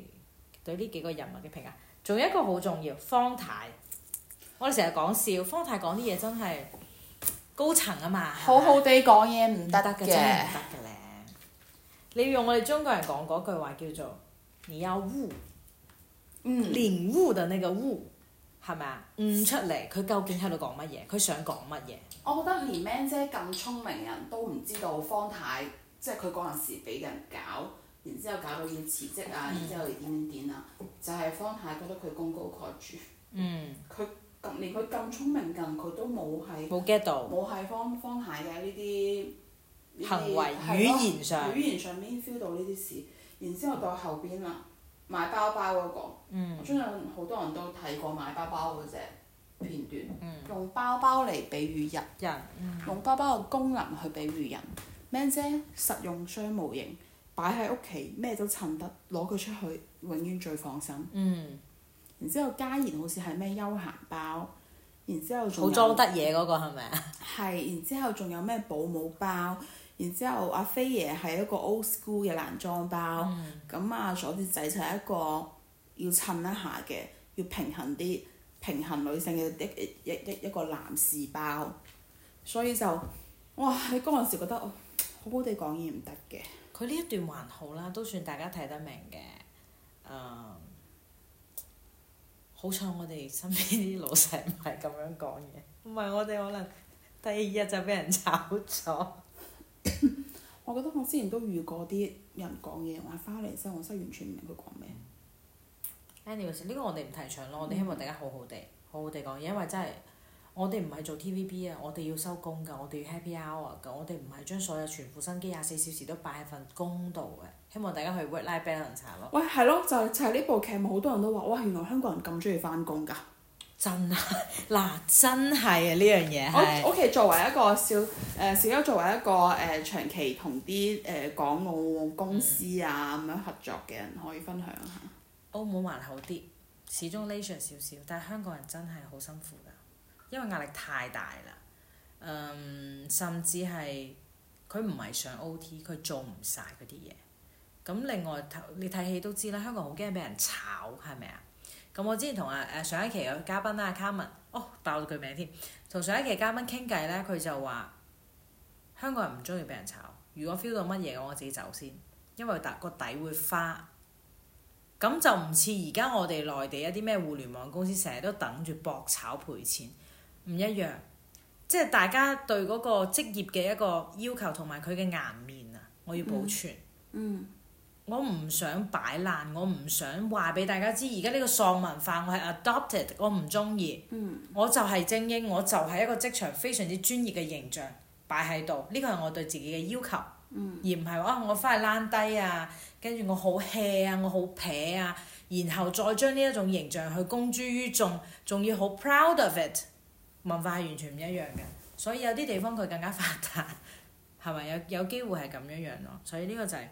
A: 對呢幾個人物嘅評價，仲有一個好重要，方太，我哋成日講笑，方太講啲嘢真係高層啊嘛，
B: 好好地講嘢唔
A: 唔
B: 得
A: 得嘅，真係
B: 嘅
A: 唔，得嘅咧。你要用我哋中國人講嗰句話叫做你要悟，
B: 嗯
A: 連悟嘅呢個悟係咪啊？悟出嚟佢究竟喺度講乜嘢？佢想講乜嘢？
B: 我覺得連 Man 姐咁聰明人都唔知道方太，即係佢嗰陣時俾人搞，然之後搞到要辭職啊，然之後點點點啊，就係、方太覺得佢功高蓋主，
A: 嗯，
B: 佢咁連佢咁聰明人佢都冇係
A: 冇 get 到
B: 冇係方方太嘅呢啲呢啲
A: 行為
B: 係咯
A: 語言上
B: 語言上面 feel 到呢啲事，然之後到後邊啦，買包包嗰、個，
A: 嗯
B: 我相信好多人都睇過買包包嗰隻片段，用包包嚟比喻人。
A: 嗯人，嗯
B: 用包包嘅功能去比喻人。Man 姐實用商模型，擺喺屋企咩都襯得，攞佢出去永遠最放心。
A: 嗯，
B: 然之後嘉賢好似係咩休閒包，然之後仲
A: 好
B: 有
A: 裝得嘢嗰個係咪啊？
B: 係，然之後仲有咩保姆包，然之後阿飛爺係一個 old school 嘅男裝包，咁啊佐治仔就係一個要襯一下嘅，要平衡啲平衡女性嘅一一一一一個男士包，所以就哇！你嗰陣時覺得哦好好地講嘢唔得嘅，
A: 佢呢一段還好啦，都算大家睇得明嘅。誒、嗯好彩我哋身邊啲老細唔係咁樣講嘢，唔係我哋可能第二日就俾人炒咗。
B: 我覺得我之前都遇過啲人講嘢，我翻嚟之後我真係完全唔明佢講咩。
A: anyways，呢個我哋唔提倡咯，我哋希望大家好好地、好好地講嘢，因為真係我哋唔係做 TVB 啊，我哋要收工㗎，我哋要 happy hour 㗎，我哋唔係將所有全副身機廿四小時都擺喺份工度嘅，希望大家去 work life balance 下咯。
B: 喂，係咯，就係就係呢部劇，咪好多人都話哇，原來香港人咁中意翻工㗎。
A: 真係 嗱，真係啊呢樣嘢係
B: 我屋企作為一個小誒、呃小優作為一個誒、呃、長期同啲誒港澳公司啊
A: 嗯
B: 咁樣合作嘅人，可以分享下。
A: 澳門還好啲，始終 leisure 少少，但係香港人真係好辛苦㗎，因為壓力太大啦。嗯，甚至係佢唔係上 OT，佢做唔晒嗰啲嘢。咁另外頭你睇戲都知啦，香港好驚俾人炒，係咪啊？咁我之前同啊誒上一期嘅嘉賓啦，卡文，哦爆咗佢名添，同上一期嘉賓傾偈咧，佢就話香港人唔中意俾人炒，如果 feel 到乜嘢，我自己走先，因為大個底會花。咁就唔似而家我哋內地一啲咩互聯網公司成日都等住搏炒賠錢，唔一樣。即係大家對嗰個職業嘅一個要求同埋佢嘅顏面啊，我要保存。
B: 嗯，
A: 我唔想擺爛，我唔想話俾大家知，而家呢個喪文化我係 adopted，我唔中意。
B: 嗯
A: 我就係精英，我就係一個職場非常之專業嘅形象擺喺度，呢個係我對自己嘅要求，
B: 嗯
A: 而唔係話啊我翻去躝低啊，跟住我好 hea 啊，我好撇啊，然後再將呢一種形象去公諸於眾，仲要好 proud of it。文化係完全唔一樣嘅，所以有啲地方佢更加發達，係咪有有機會係咁樣樣咯？所以呢個就係、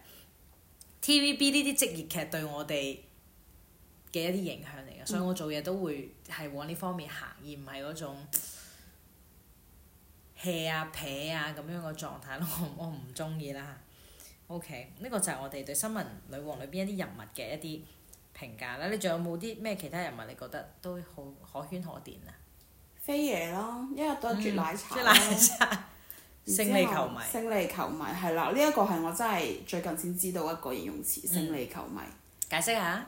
A: TVB 呢啲職業劇對我哋嘅一啲影響嚟嘅，所以我做嘢都會係往呢方面行，而唔係嗰種 hea 啊、撇啊咁樣嘅狀態咯。我我唔中意啦。OK，呢個就係我哋對新聞女王裏邊一啲人物嘅一啲評價啦。你仲有冇啲咩其他人物你覺得都好可圈可點啊？
B: 飛爺啦，一日都啜奶茶
A: 即係
B: 啦。
A: 嗯奶茶勝利球迷
B: 然之後勝利球迷係啦，呢一個係我真係最近先知道一個形容詞，
A: 嗯
B: 勝利球迷
A: 解釋下。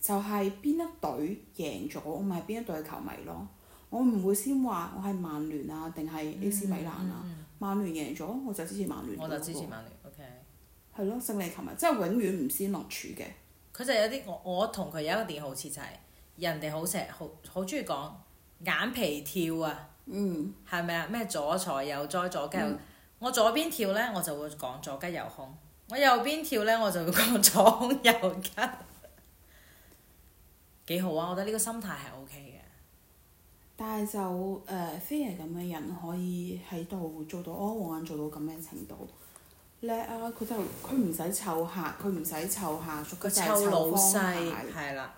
B: 就係邊一隊贏咗，我咪係邊一隊嘅球迷咯。我唔會先話我係曼聯啊，定係 AC 米蘭啊。曼聯贏咗，我就支持曼聯。
A: 嗯我就支持。曼聯，OK。
B: 係咯，勝利球迷即係永遠唔先落柱嘅。
A: 佢就有啲我我同佢有一個點好似就係、人哋好成好好中意講眼皮跳啊，
B: 嗯，
A: 係咪啊？咩左財右災左吉右，我左邊跳咧我就會講左吉右胸，我右邊跳咧我就會講左胸右吉，幾好啊！我覺得呢個心態係 OK
B: 但係就誒、呃、飛爺咁嘅人可以喺度做到哦我黃眼做到咁嘅程度。叻啊！佢就佢唔使湊客，佢唔使湊下屬，
A: 嘅，佢
B: 就係
A: 湊老
B: 方
A: 細
B: 牌
A: 係啦，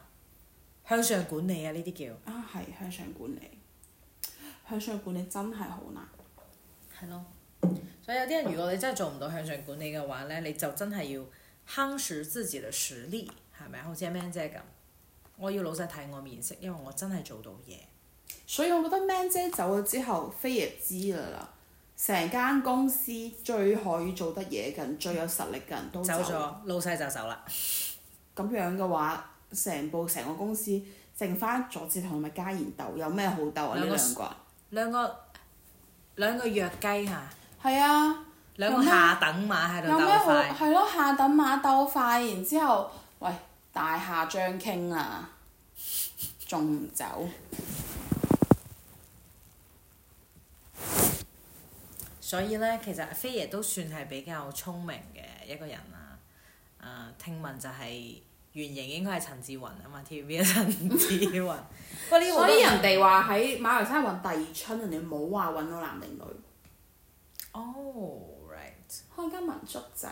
A: 向上管理啊呢啲叫
B: 啊，係向上管理，向上管理真係好難。
A: 係咯。所以有啲人如果你真係做唔到向上管理嘅話咧，你就真係要夯實自己嘅實力，係咪啊？好似阿 Man 姐咁，我要老細睇我面色，因為我真係做到嘢。
B: 所以我覺得 Man 姐走咗之後，飛爺知㗎啦，成間公司最可以做得嘢嘅人、最有實力嘅人都
A: 走咗，老細就走啦。
B: 咁樣嘅話，成部成個公司剩翻佐治同埋嘉賢鬥，有咩好鬥啊？呢
A: 兩個兩
B: 兩個
A: 個兩個弱雞嚇，
B: 係啊，
A: 兩個下等馬喺度
B: 有咩
A: 鬥
B: 好
A: 快，
B: 係咯？下等馬鬥快，然之後喂大下張傾啦，仲唔走？
A: 所以咧其實飛爺都算係比較聰明嘅一個人啦。誒、聽聞就係、原型應該係陳志雲啊嘛，TVB 嘅陳志 雲。不過呢個我
B: 所
A: 都
B: 以人哋話喺馬來西亞揾第二春，人哋冇話揾到男定女，
A: 哦，right，
B: 開間民宿仔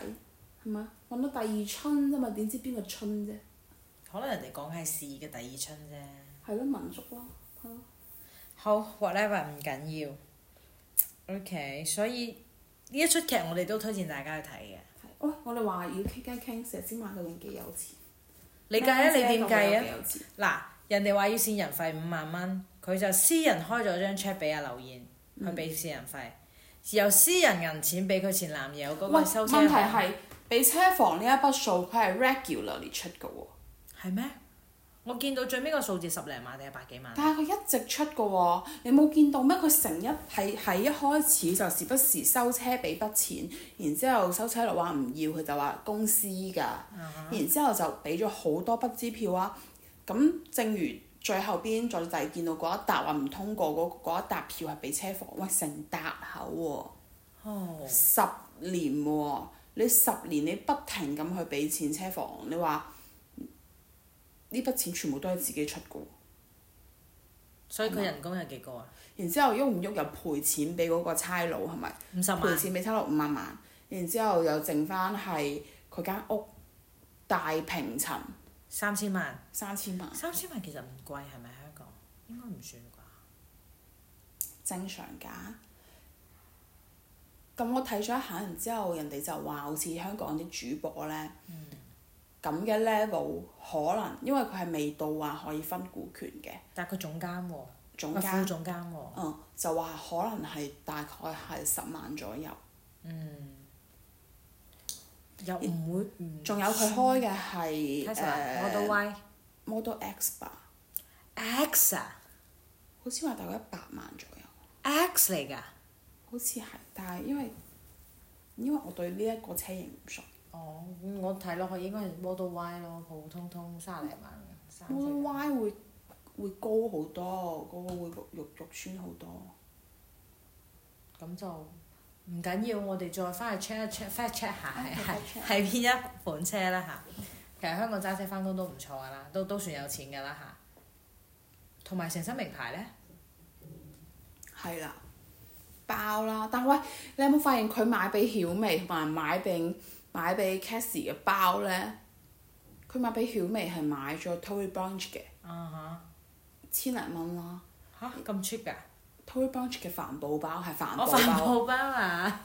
B: 係嘛？揾到第二春啫嘛，點知邊個春啫？
A: 可能人哋講係事嘅第二春啫。
B: 係咯，民宿咯，係咯。
A: 好，whatever 唔緊要。OK，所以呢一出劇我哋都推薦大家去睇嘅。
B: 係喂，我哋話要傾偈傾石之馬究竟幾有錢？
A: 你計啊？你點計
B: 幾
A: 啊？
B: 有錢？
A: 嗱，人哋話要線人費五萬蚊，佢就私人開咗張 check 俾阿劉燕，去俾線人費，由私人銀錢俾佢前男友嗰
B: 喂，
A: 個收車
B: 問題
A: 行。
B: 係俾車房呢一筆數，佢係 regularly 出嘅喎，
A: 嗯係咩？我見到最尾個數字十零萬定係百幾萬？
B: 但係佢一直出嘅喎，你冇見到咩？佢成日係喺一開始就時不時收車俾筆錢，然之後收車佬話唔要，佢就話公司㗎，
A: 嗯
B: 然之後就俾咗好多筆支票啊。咁正如最後邊再第見到嗰一沓話唔通過嗰嗰一沓票係俾車房，喂成沓口喎、
A: 哦，
B: 十年喎、你十年你不停咁去俾錢車房，你話呢筆錢全部都係自己出嘅喎，
A: 所以佢人工有幾高啊？
B: 然之後喐唔喐又賠錢俾嗰個差佬係咪？
A: 五十萬
B: 賠。錢俾差佬五萬萬，然之後又剩翻係佢間屋大平層
A: 三千萬，
B: 三千萬，
A: 三千萬其實唔貴，係咪香港？應該唔算啩。
B: 正常㗎。咁我睇咗一下，然之後人哋就話好似香港啲主播咧，咁嘅、level 可能因為佢係未到話可以分股權嘅
A: 但係佢總監喎、
B: 總
A: 啊副
B: 監，
A: 總監喎、
B: 嗯，就話可能係大概係十萬左右。
A: 又唔會嗯唔
B: 仲有佢開嘅係
A: Tesla 我到
B: 誒
A: 啊 Y
B: Model X 吧，
A: X 啊
B: 好似話大概一百萬左右，
A: X 嚟㗎。
B: 好似係，但係因為因為我對呢一個車型唔熟
A: 哦，咁我睇落去應該係 Model Y 咯，普普通通三零萬三四
B: ，Model
A: 萬
B: Y 會會高好多，嗰、個會肉肉肉酸好多。
A: 咁就唔緊要，我哋再翻去 check 一 check fact check 下係係
B: 啊，fact check
A: 係邊一款車啦嚇。其實香港揸車翻工都唔錯㗎啦，都都算有錢㗎啦嚇。同埋成身名牌咧，
B: 係啦，包啦！但喂，你有冇發現佢買俾曉薇同埋買俾買俾 Cassie 嘅包咧？佢買俾曉薇係買咗 Tory Burch 嘅
A: 啊
B: 千零蚊啦
A: 嚇嚇咁 cheap 㗎？
B: ，Tory Burch 嘅帆布包係哦帆
A: 我
B: 布
A: 帆
B: 包，
A: 布包啊！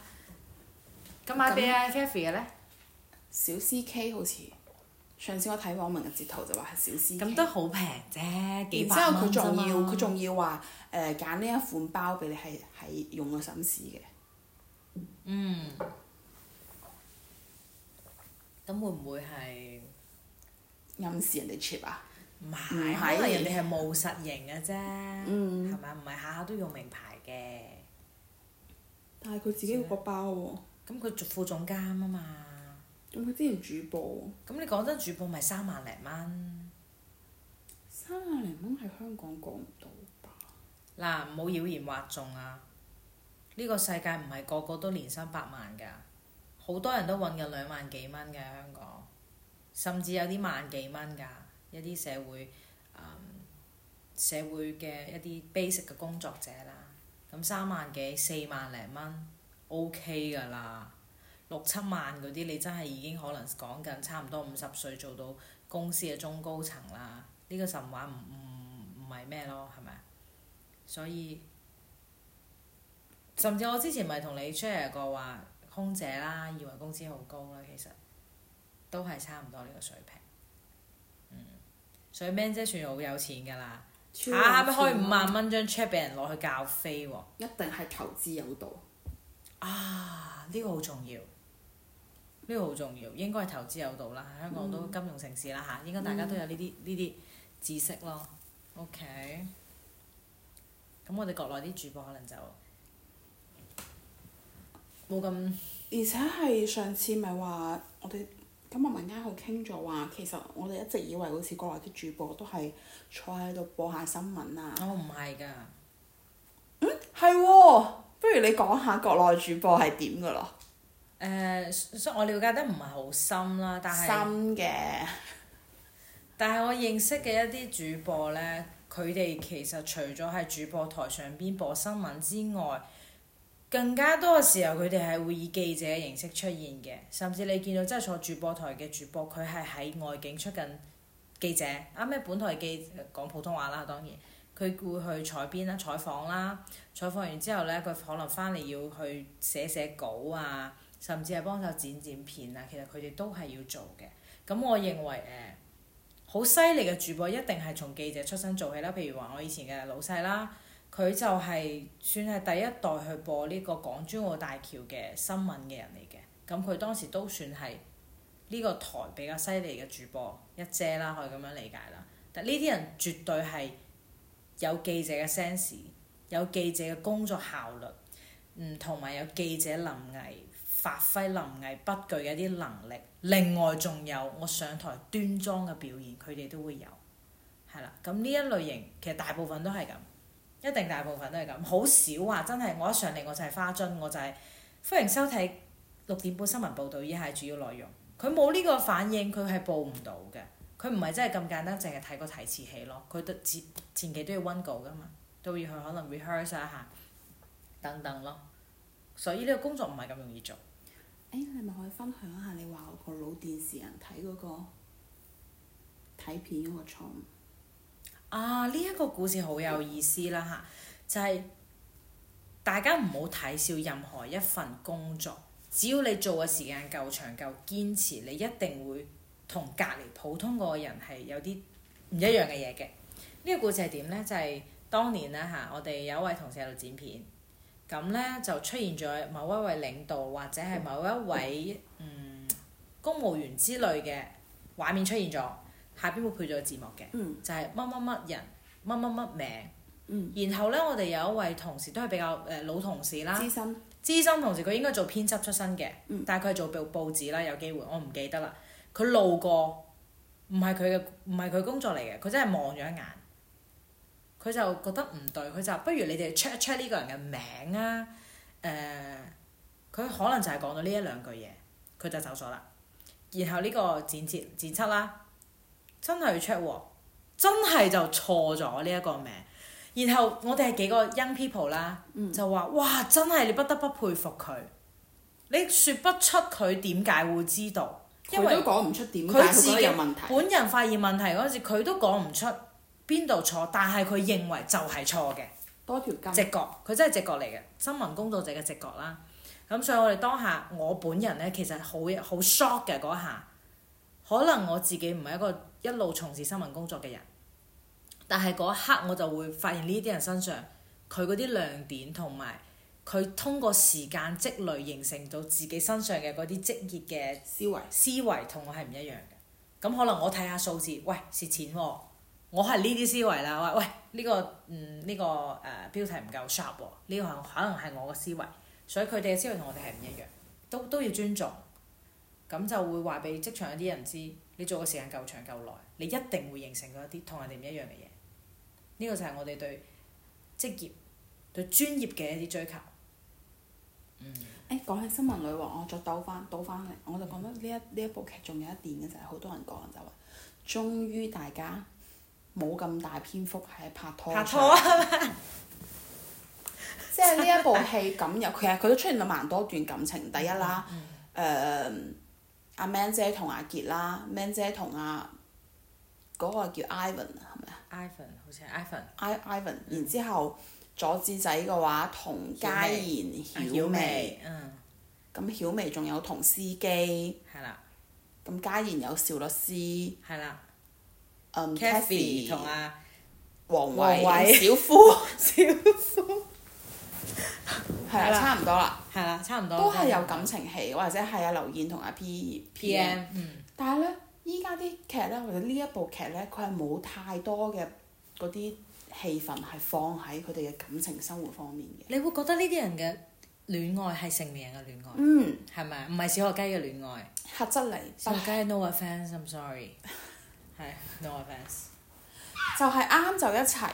A: 咁買俾阿 Kathy 嘅咧？
B: 小 CK 好似上次我睇網民嘅截圖就話係小司機。
A: 咁都好平啫，幾
B: 然
A: 百
B: 之後
A: 蚊
B: 佢仲
A: 啫嘛
B: 要佢仲要話誒揀呢一款包俾你係係用個心思嘅，
A: 咁會唔會係
B: 暗示人哋 cheap 啊？
A: 唔
B: 唔
A: 係？嗯
B: 係
A: 可能人哋係務實型嘅啫，
B: 嗯
A: 係咪、唔係下下都用名牌嘅。
B: 但係佢自己個包喎、
A: 咁佢做副總監啊嘛，
B: 咁佢之前主播
A: 咁你講真主播咪三萬零蚊
B: 三廿零蚊喺香港講唔到吧？
A: 嗱，唔好妖言惑眾啊！呢、個世界唔係個個都年薪百萬㗎，好多人都揾緊兩萬幾蚊嘅香港，甚至有啲萬幾蚊㗎，一啲社會、嗯社會嘅一啲 basic 嘅工作者啦，咁三萬幾四萬零蚊 OK 㗎啦，六七萬嗰啲你真係已經可能講緊差唔多五十歲做到公司嘅中高層啦，呢、個神話唔唔唔係咩咯，係咪啊？所以甚至我之前咪同你 share 過話，空姐啦，以為工資好高啦，其實都係差唔多呢個水平。嗯，所以 Man 姐算好有錢㗎啦，下下咪開
B: 啊
A: 五萬蚊張 check 俾人攞去教飛喎。
B: 一定係投資有道。
A: 啊！呢、個好重要，呢、個好重要，應該係投資有道啦。香港都金融城市啦嚇，應該大家都有呢啲呢啲知識咯。OK，咁我哋國內啲主播可能就冇咁
B: 而且係上次咪話我哋今日民間好傾咗話，其實我哋一直以為好似國內啲主播都係坐喺度播下新聞啊。
A: 我唔係㗎，
B: 係喎、不如你講下國內主播係點㗎咯？
A: 誒、所以我了解得唔係好深啦，但係。
B: 新嘅。
A: 但係我認識嘅一啲主播呢，佢哋其實除咗喺主播台上邊播新聞之外，更加多嘅時候佢哋係會以記者嘅形式出現嘅，甚至你見到真係坐主播台嘅主播，佢係喺外景出緊記者啊咩本台記講普通話啦，當然佢會去採編啦、採訪啦，採訪完之後呢，佢可能翻嚟要去寫寫稿啊，甚至係幫手剪剪片啊，其實佢哋都係要做嘅。咁我認為誒。呃好犀利嘅主播一定係從記者出身做起啦。譬如話我以前嘅老細啦，佢就係算係第一代去播呢個港珠澳大橋嘅新聞嘅人嚟嘅。咁佢當時都算係呢個台比較犀利嘅主播一姐啦，可以咁樣理解啦。但呢啲人絕對係有記者嘅 sense，有記者嘅工作效率，嗯，同埋有記者臨危發揮臨危不懼嘅一啲能力。另外仲有我上台端莊嘅表現，佢哋都會有，係啦。咁呢一類型其實大部分都係咁，一定大部分都係咁，好少話真係我一上嚟我就係花樽，我就係、歡迎收睇六點半新聞報導，以下係主要內容。佢冇呢個反應，佢係報唔到嘅。佢唔係真係咁簡單，淨係睇個提詞器咯。佢都前前期都要温稿噶嘛，都要去可能 rehearse 一下等等咯。所以呢個工作唔係咁容易做。
B: 誒，你咪可以分享下你話我個老電視人睇嗰、個睇片嗰個錯誤。
A: 啊！呢、一個故事好有意思啦嚇，就係、大家唔好睇小任何一份工作，只要你做嘅時間夠長夠堅持，你一定會同隔離普通嗰個人係有啲唔一樣嘅嘢嘅。呢、個故事係點呢？就係、當年咧嚇，我哋有一位同事喺度剪片，咁呢就出現咗某一位領導或者係某一位嗯公務員之類嘅畫面出現咗，下邊會配咗個字幕嘅。
B: 嗯
A: 就係乜乜乜人乜乜乜名。
B: 嗯，
A: 然後呢，我哋有一位同事都係比較誒、呃老同事啦，
B: 資深
A: 資深同事佢應該做編輯出身嘅，
B: 嗯
A: 但係佢係做報報紙啦，有機會我唔記得啦。佢路過，唔係佢嘅唔係佢工作嚟嘅，佢真係望咗一眼，佢就覺得唔對，佢就話不如你哋 check 一 check 呢個人嘅名啊，誒、佢可能就係講到呢一兩句嘢，佢就走咗啦。然後呢個剪接剪輯啦，真係去 check 喎，真係就錯咗呢一個名。然後我哋係幾個 young people 啦，
B: 嗯
A: 就話哇，真係你不得不佩服佢，你説不出佢點解會知道，因
B: 佢
A: 為
B: 都講唔出點解
A: 佢
B: 佢
A: 自
B: 覺
A: 己
B: 得有問題。
A: 本人發現問題嗰陣時，佢都講唔出邊度錯，但係佢認為就係錯嘅。
B: 多條筋。
A: 直覺，佢真係直覺嚟嘅，新聞工作者嘅直覺啦。咁所以我哋當下我本人咧，其實好好 shock 嘅嗰下，可能我自己唔係一個一路從事新聞工作嘅人，但係嗰一刻我就會發現呢啲人身上佢嗰啲亮點同埋佢通過時間積累形成到自己身上嘅嗰啲職業嘅
B: 思維。
A: 思維同我係唔一樣嘅。咁可能我睇下數字，喂蝕錢喎、我係呢啲思維啦。喂喂，呢、個嗯呢、個誒、呃、標題唔夠 sharp 喎、呢、個可能係我嘅思維，所以佢哋嘅思維同我哋係唔一樣，都都要尊重。咁就會話俾職場一啲人知，你做嘅時間夠長夠耐，你一定會形成到一啲同人哋唔一樣嘅嘢。呢、個就係我哋對職業、對專業嘅一啲追求。
B: 誒講起新聞女王，我再兜翻倒翻嚟，我就講到呢一呢一部劇仲有一點嘅就係好多人講就話，終於大家冇咁大篇幅喺拍拖
A: 拍
B: 上
A: 拖啊，
B: 即係呢一部戲咁有，其實佢都出現咗蠻多段感情。第一啦，誒、嗯阿 Man 姐同阿傑啦，Man 姐同阿嗰個叫 Ivan 啊係咪啊
A: Ivan 好似係 Ivan。
B: ？I Ivan，然之後佐治仔嘅話同嘉賢、曉薇，，
A: 嗯，
B: 咁曉薇仲有同司機，
A: 係啦，
B: 咁嘉賢有邵律師，
A: 係啦
B: 嗯 c a t h y
A: ，Cathy 同 阿
B: 黃
A: 黃
B: 偉、
A: 偉
B: 小夫，
A: 小夫，
B: 係
A: 係
B: 啦，
A: 啦
B: 差唔多啦，
A: 係啦，差唔多
B: 都係有啊感情戲，或者係阿啊劉燕同阿 P
A: PM，嗯，
B: 但係咧，依家啲劇咧，或者呢一部劇咧，佢係冇太多嘅嗰啲戲份係放喺佢哋嘅感情生活方面嘅。
A: 你會覺得呢啲人嘅戀愛係成年人嘅戀愛，
B: 嗯，
A: 係咪啊？唔係小學雞嘅戀愛，
B: 黑質嚟，
A: 小學雞係 no offence，I'm sorry，係 no offence，
B: 就係啱就一齊，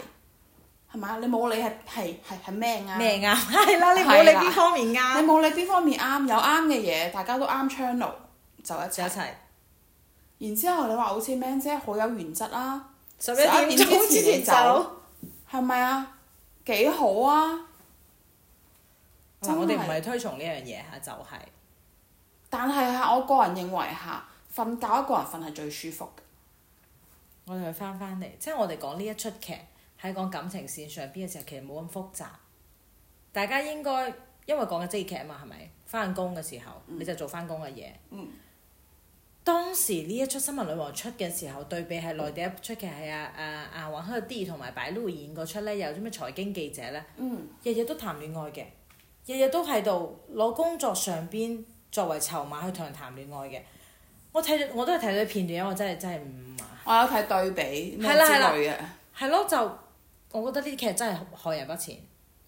B: 係咪啊？你冇理係係係係咩啱？
A: 咩啱？係啦，你冇你
B: 啊係啦
A: 邊方面
B: 你
A: 啱，
B: 冇理邊方面啱，有啱嘅嘢，大家都啱 channel 就一
A: 就一
B: 齊。
A: 齊。
B: 然之後你話好似 Man 姐好有原則啦，
A: 十一
B: 11
A: 點
B: 點
A: 鐘
B: 之
A: 之
B: 前
A: 前
B: 走
A: 走，
B: 係咪啊？幾好啊！真係
A: 嗱我哋唔係推崇呢樣嘢嚇，就係
B: 但係啊，我個人認為嚇，瞓覺一個人瞓係最舒服嘅。
A: 我哋去翻翻嚟，即係我哋講呢一出劇喺講感情線上邊嘅時候，其實冇咁複雜。大家應該因為講緊職業劇啊嘛，係咪？翻工嘅時候、你就做翻工嘅嘢。
B: 嗯。
A: 當時呢一出《新聞女王》出嘅時候，對比係內地一出劇係阿阿阿黃克啲同埋白鹿演嗰出咧，有啲咩財經記者咧，
B: 嗯，
A: 日日都談戀愛嘅，日日都喺度攞工作上邊作為籌碼去同人談戀愛嘅。我睇咗我都係睇咗片段，我真係真係唔
B: 我有睇對比咩
A: 係啦
B: 之
A: 係啦
B: 類嘅。
A: 係咯，就我覺得呢啲劇真係害人不淺。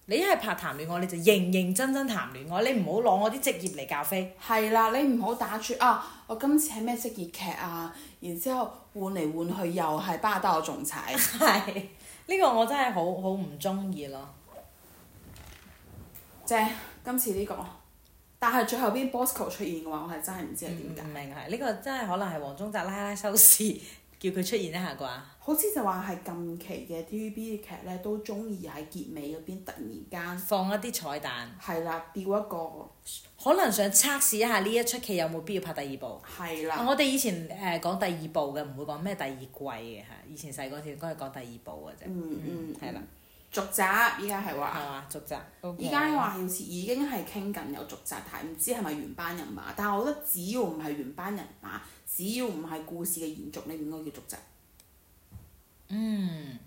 A: 你一係拍談戀愛，你就認認真真談戀愛，你唔好攞我啲職業嚟教飛。
B: 係啦，你唔好打住啊！我今次係咩職業劇啊？然之後換嚟換去又係巴打我仲踩，
A: 係呢、個我真係好好唔中意咯。
B: 即係今次呢、個。但係最後邊 Bosco 出現嘅話，我係真係唔知係
A: 唔
B: 點解。
A: 明嗯係呢個真係可能係黃宗澤拉拉收視，叫佢出現一下啩。
B: 好似就話係近期嘅 TVB 嘅劇咧，都中意喺結尾嗰邊突然間
A: 放一啲彩蛋，
B: 係啦，掉一個
A: 可能想測試一下呢一出戲有冇必要拍第二部。
B: 係啦，
A: 我哋以前誒、呃、講第二部嘅，唔會講咩第二季嘅嚇。以前細個時應該係講第二部嘅啫。
B: 嗯嗯
A: 係啦，
B: 續集依家係
A: 係
B: 話。
A: 嘛？續集。
B: 依家話要似已經係傾緊有續集睇，唔知係咪原班人馬？但係我覺得只要唔係原班人馬，只要唔係故事嘅延續，你唔應該叫續集。
A: 嗯，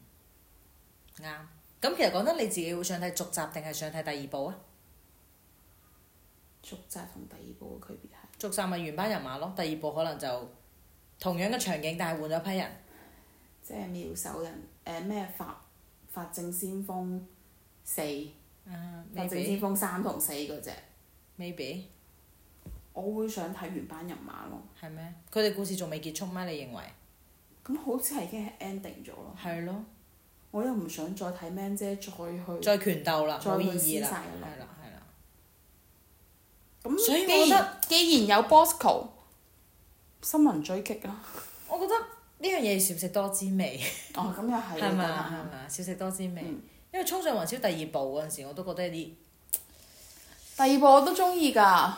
A: 啱。咁其實講真，你自己會想睇續集定係想睇第二部啊？
B: 續集同第二部嘅區別係，
A: 續集咪原班人馬咯，第二部可能就同樣嘅場景，但係換咗批人。
B: 即係妙手人誒咩、法法證先鋒四、
A: 啊
B: 法證
A: ，maybe
B: 先鋒三同四嗰只，
A: maybe
B: 我會想睇原班人馬咯。
A: 係咩？佢哋故事仲未結束咩？你認為？
B: 咁好似係已經係 ending 咗咯，
A: 係咯，
B: 我又唔想再睇 Man 姐再去。
A: 再拳鬥啦，
B: 再
A: 冇意
B: 去
A: 義啦，
B: 廝殺啦
A: 係啦係啦。
B: 咁
A: 所以我
B: 既
A: 覺
B: 然既然有 Bosco 新聞追擊啦，
A: 我覺得呢樣嘢少食多滋味，
B: 哦咁又係
A: 係咪
B: 得閒
A: 啊係咪啊？少食多滋味，
B: 嗯
A: 因為《衝上雲霄》第二部嗰陣時，我都覺得有啲。
B: 第二部我都中意㗎，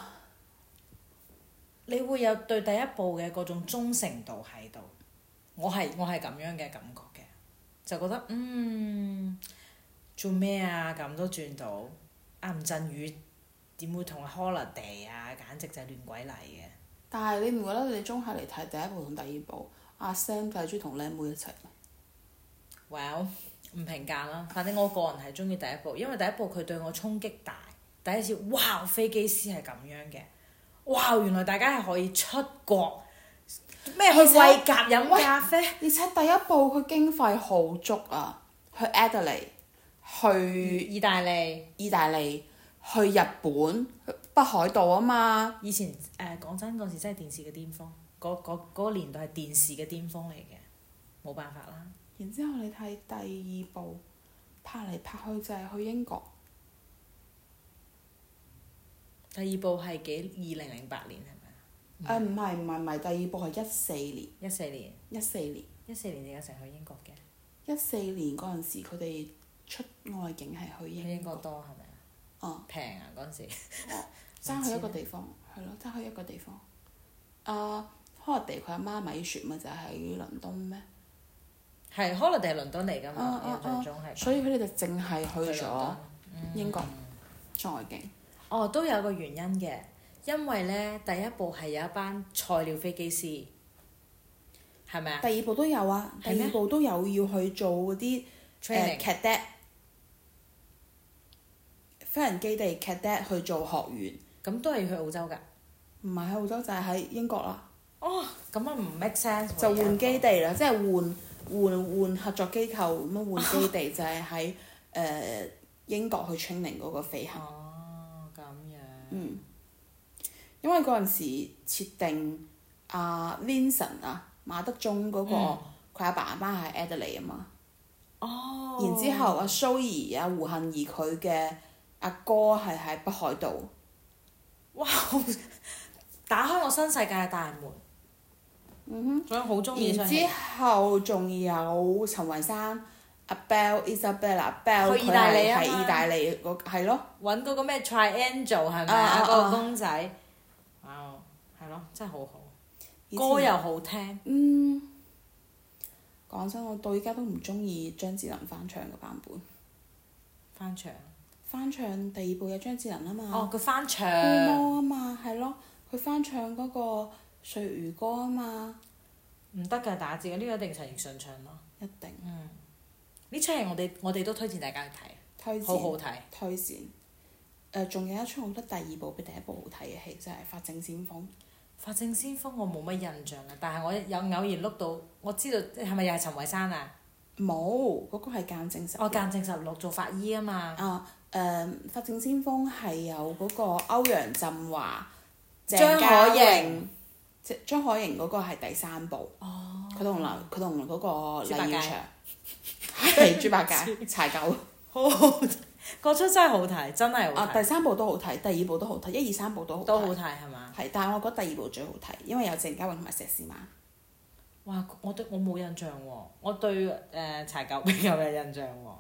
A: 你會有對第一部嘅嗰種忠誠度喺度，我係我係咁樣嘅感覺嘅，就覺得嗯做咩啊咁都轉到，啊阿吳鎮宇點會同阿 Holiday 啊，簡直就係亂鬼嚟嘅，
B: 但係你唔覺得你中下嚟睇第一部同第二部，阿 Sam 睇住同靚妹一齊咩？
A: Well，唔評價啦，反正我個人係中意第一部，因為第一部佢對我衝擊大，第一次哇飛機師係咁樣嘅，哇原來大家係可以出國，咩去
B: 而且
A: 餵鴿飲
B: 喂
A: 咖啡，
B: 而且第一部佢經費好足啊，去 Adelaide，去
A: 意大利
B: 意大利，去日本，去北海道啊嘛。
A: 以前誒講、真嗰時真係電視嘅巔峰，嗰嗰嗰個年代係電視嘅巔峰嚟嘅，冇辦法啦。
B: 然之後你睇第二部，拍嚟拍去就係去英國，
A: 第二部係幾二零零八年係
B: 誒唔係唔係唔係，第二部係一四年，
A: 咪啊？一四年，
B: 一四年，
A: 一四年點解成日去英國嘅？
B: 一四年嗰陣時佢哋出外景係去
A: 去英
B: 英
A: 國
B: 國，
A: 多係咪啊？
B: 哦，
A: 平啊嗰陣時，
B: 爭去一個地方，
A: 啊
B: 係咯，爭去一個地方。啊 h o l i d 佢阿媽米雪咪就喺倫敦咩？
A: 係 holiday 係倫敦嚟㗎嘛
B: 啊？啊
A: 印象中係。
B: 所以佢哋就淨係去
A: 去倫
B: 咗
A: 敦嗯
B: 英國出外景。
A: 哦，都有個原因嘅，因為咧第一部係有一班菜鳥飛機師，係咪啊
B: 第二部都有啊，
A: 係咩
B: 第二部都有要去做嗰啲誒
A: ？training
B: cadet 飛行基地 cadet 去做學員，
A: 咁都係要去澳洲㗎。
B: 唔係喺澳洲就係喺英國啦，
A: 哦，咁啊唔 make sense 喎
B: 就換基地啦，即係換換換合作機構咁樣換基 地，就係喺誒英國去 training 嗰個飛行。
A: 哦，咁樣。
B: 嗯，因為嗰陣時設定阿 Vincent 啊馬德鐘嗰個
A: 嗯
B: 佢阿爸阿媽係 Adelaide 啊嘛，
A: 哦。
B: 然之後阿蘇怡啊胡杏兒佢嘅阿哥係喺北海道，
A: 哇！打開我新世界嘅大門。嗯哼。所以好中意呢
B: 然
A: 張
B: 之
A: 戲。
B: 後仲有陳慧珊阿 Bell Isabella Bell
A: 去意大利啊嘛
B: 佢係喺意大利嗰係咯，
A: 揾嗰個咩 Triangle 係咪
B: 啊
A: 啊？
B: 啊
A: 嗰個
B: 啊
A: 公仔。哇！係咯，真係好好。
B: 以前
A: 歌又好聽。
B: 嗯。講真，我到依家都唔中意張智霖翻唱嘅版本。
A: 翻牆。
B: 翻唱第二部有張智霖啊嘛。
A: 哦，佢翻牆。
B: 烏魔啊嘛，係咯，佢翻唱嗰個《睡魚歌》啊嘛，
A: 唔得㗎，打字嘅呢個一定陳奕迅唱咯。
B: 一定
A: 呢出戲我哋我哋都推薦大家去睇，
B: 推薦，
A: 好好睇。
B: 推薦。誒、仲有一出我覺得第二部比第一部好睇嘅戲，就係、法證先鋒》。
A: 法證先鋒我冇乜印象啊，但係我有偶然碌到，我知道係咪又係陳慧珊啊？
B: 冇，嗰、個係鑑證實
A: 我
B: 錄。
A: 間證實錄做法醫啊嘛。
B: 啊，誒、法證先鋒》係有嗰個歐陽震華、鄭
A: 張
B: 嘉
A: 可盈
B: 穎、即張可盈嗰個係第三部。
A: 哦。
B: 佢同劉佢同嗰個
A: 豬八
B: 黎
A: 戒
B: 耀祥係豬八 戒柴狗。
A: 好好睇，嗰出真係好睇，真係好
B: 啊，第
A: 睇，
B: 三部都好睇，第二部都好睇，一二三部都好
A: 都好
B: 睇。
A: 睇係嘛？
B: 係，但係我覺得第二部最好睇，因為有鄭嘉穎同埋佘詩曼。
A: 哇！我對我冇印象喎，我對誒、呃柴狗比較有印象喎。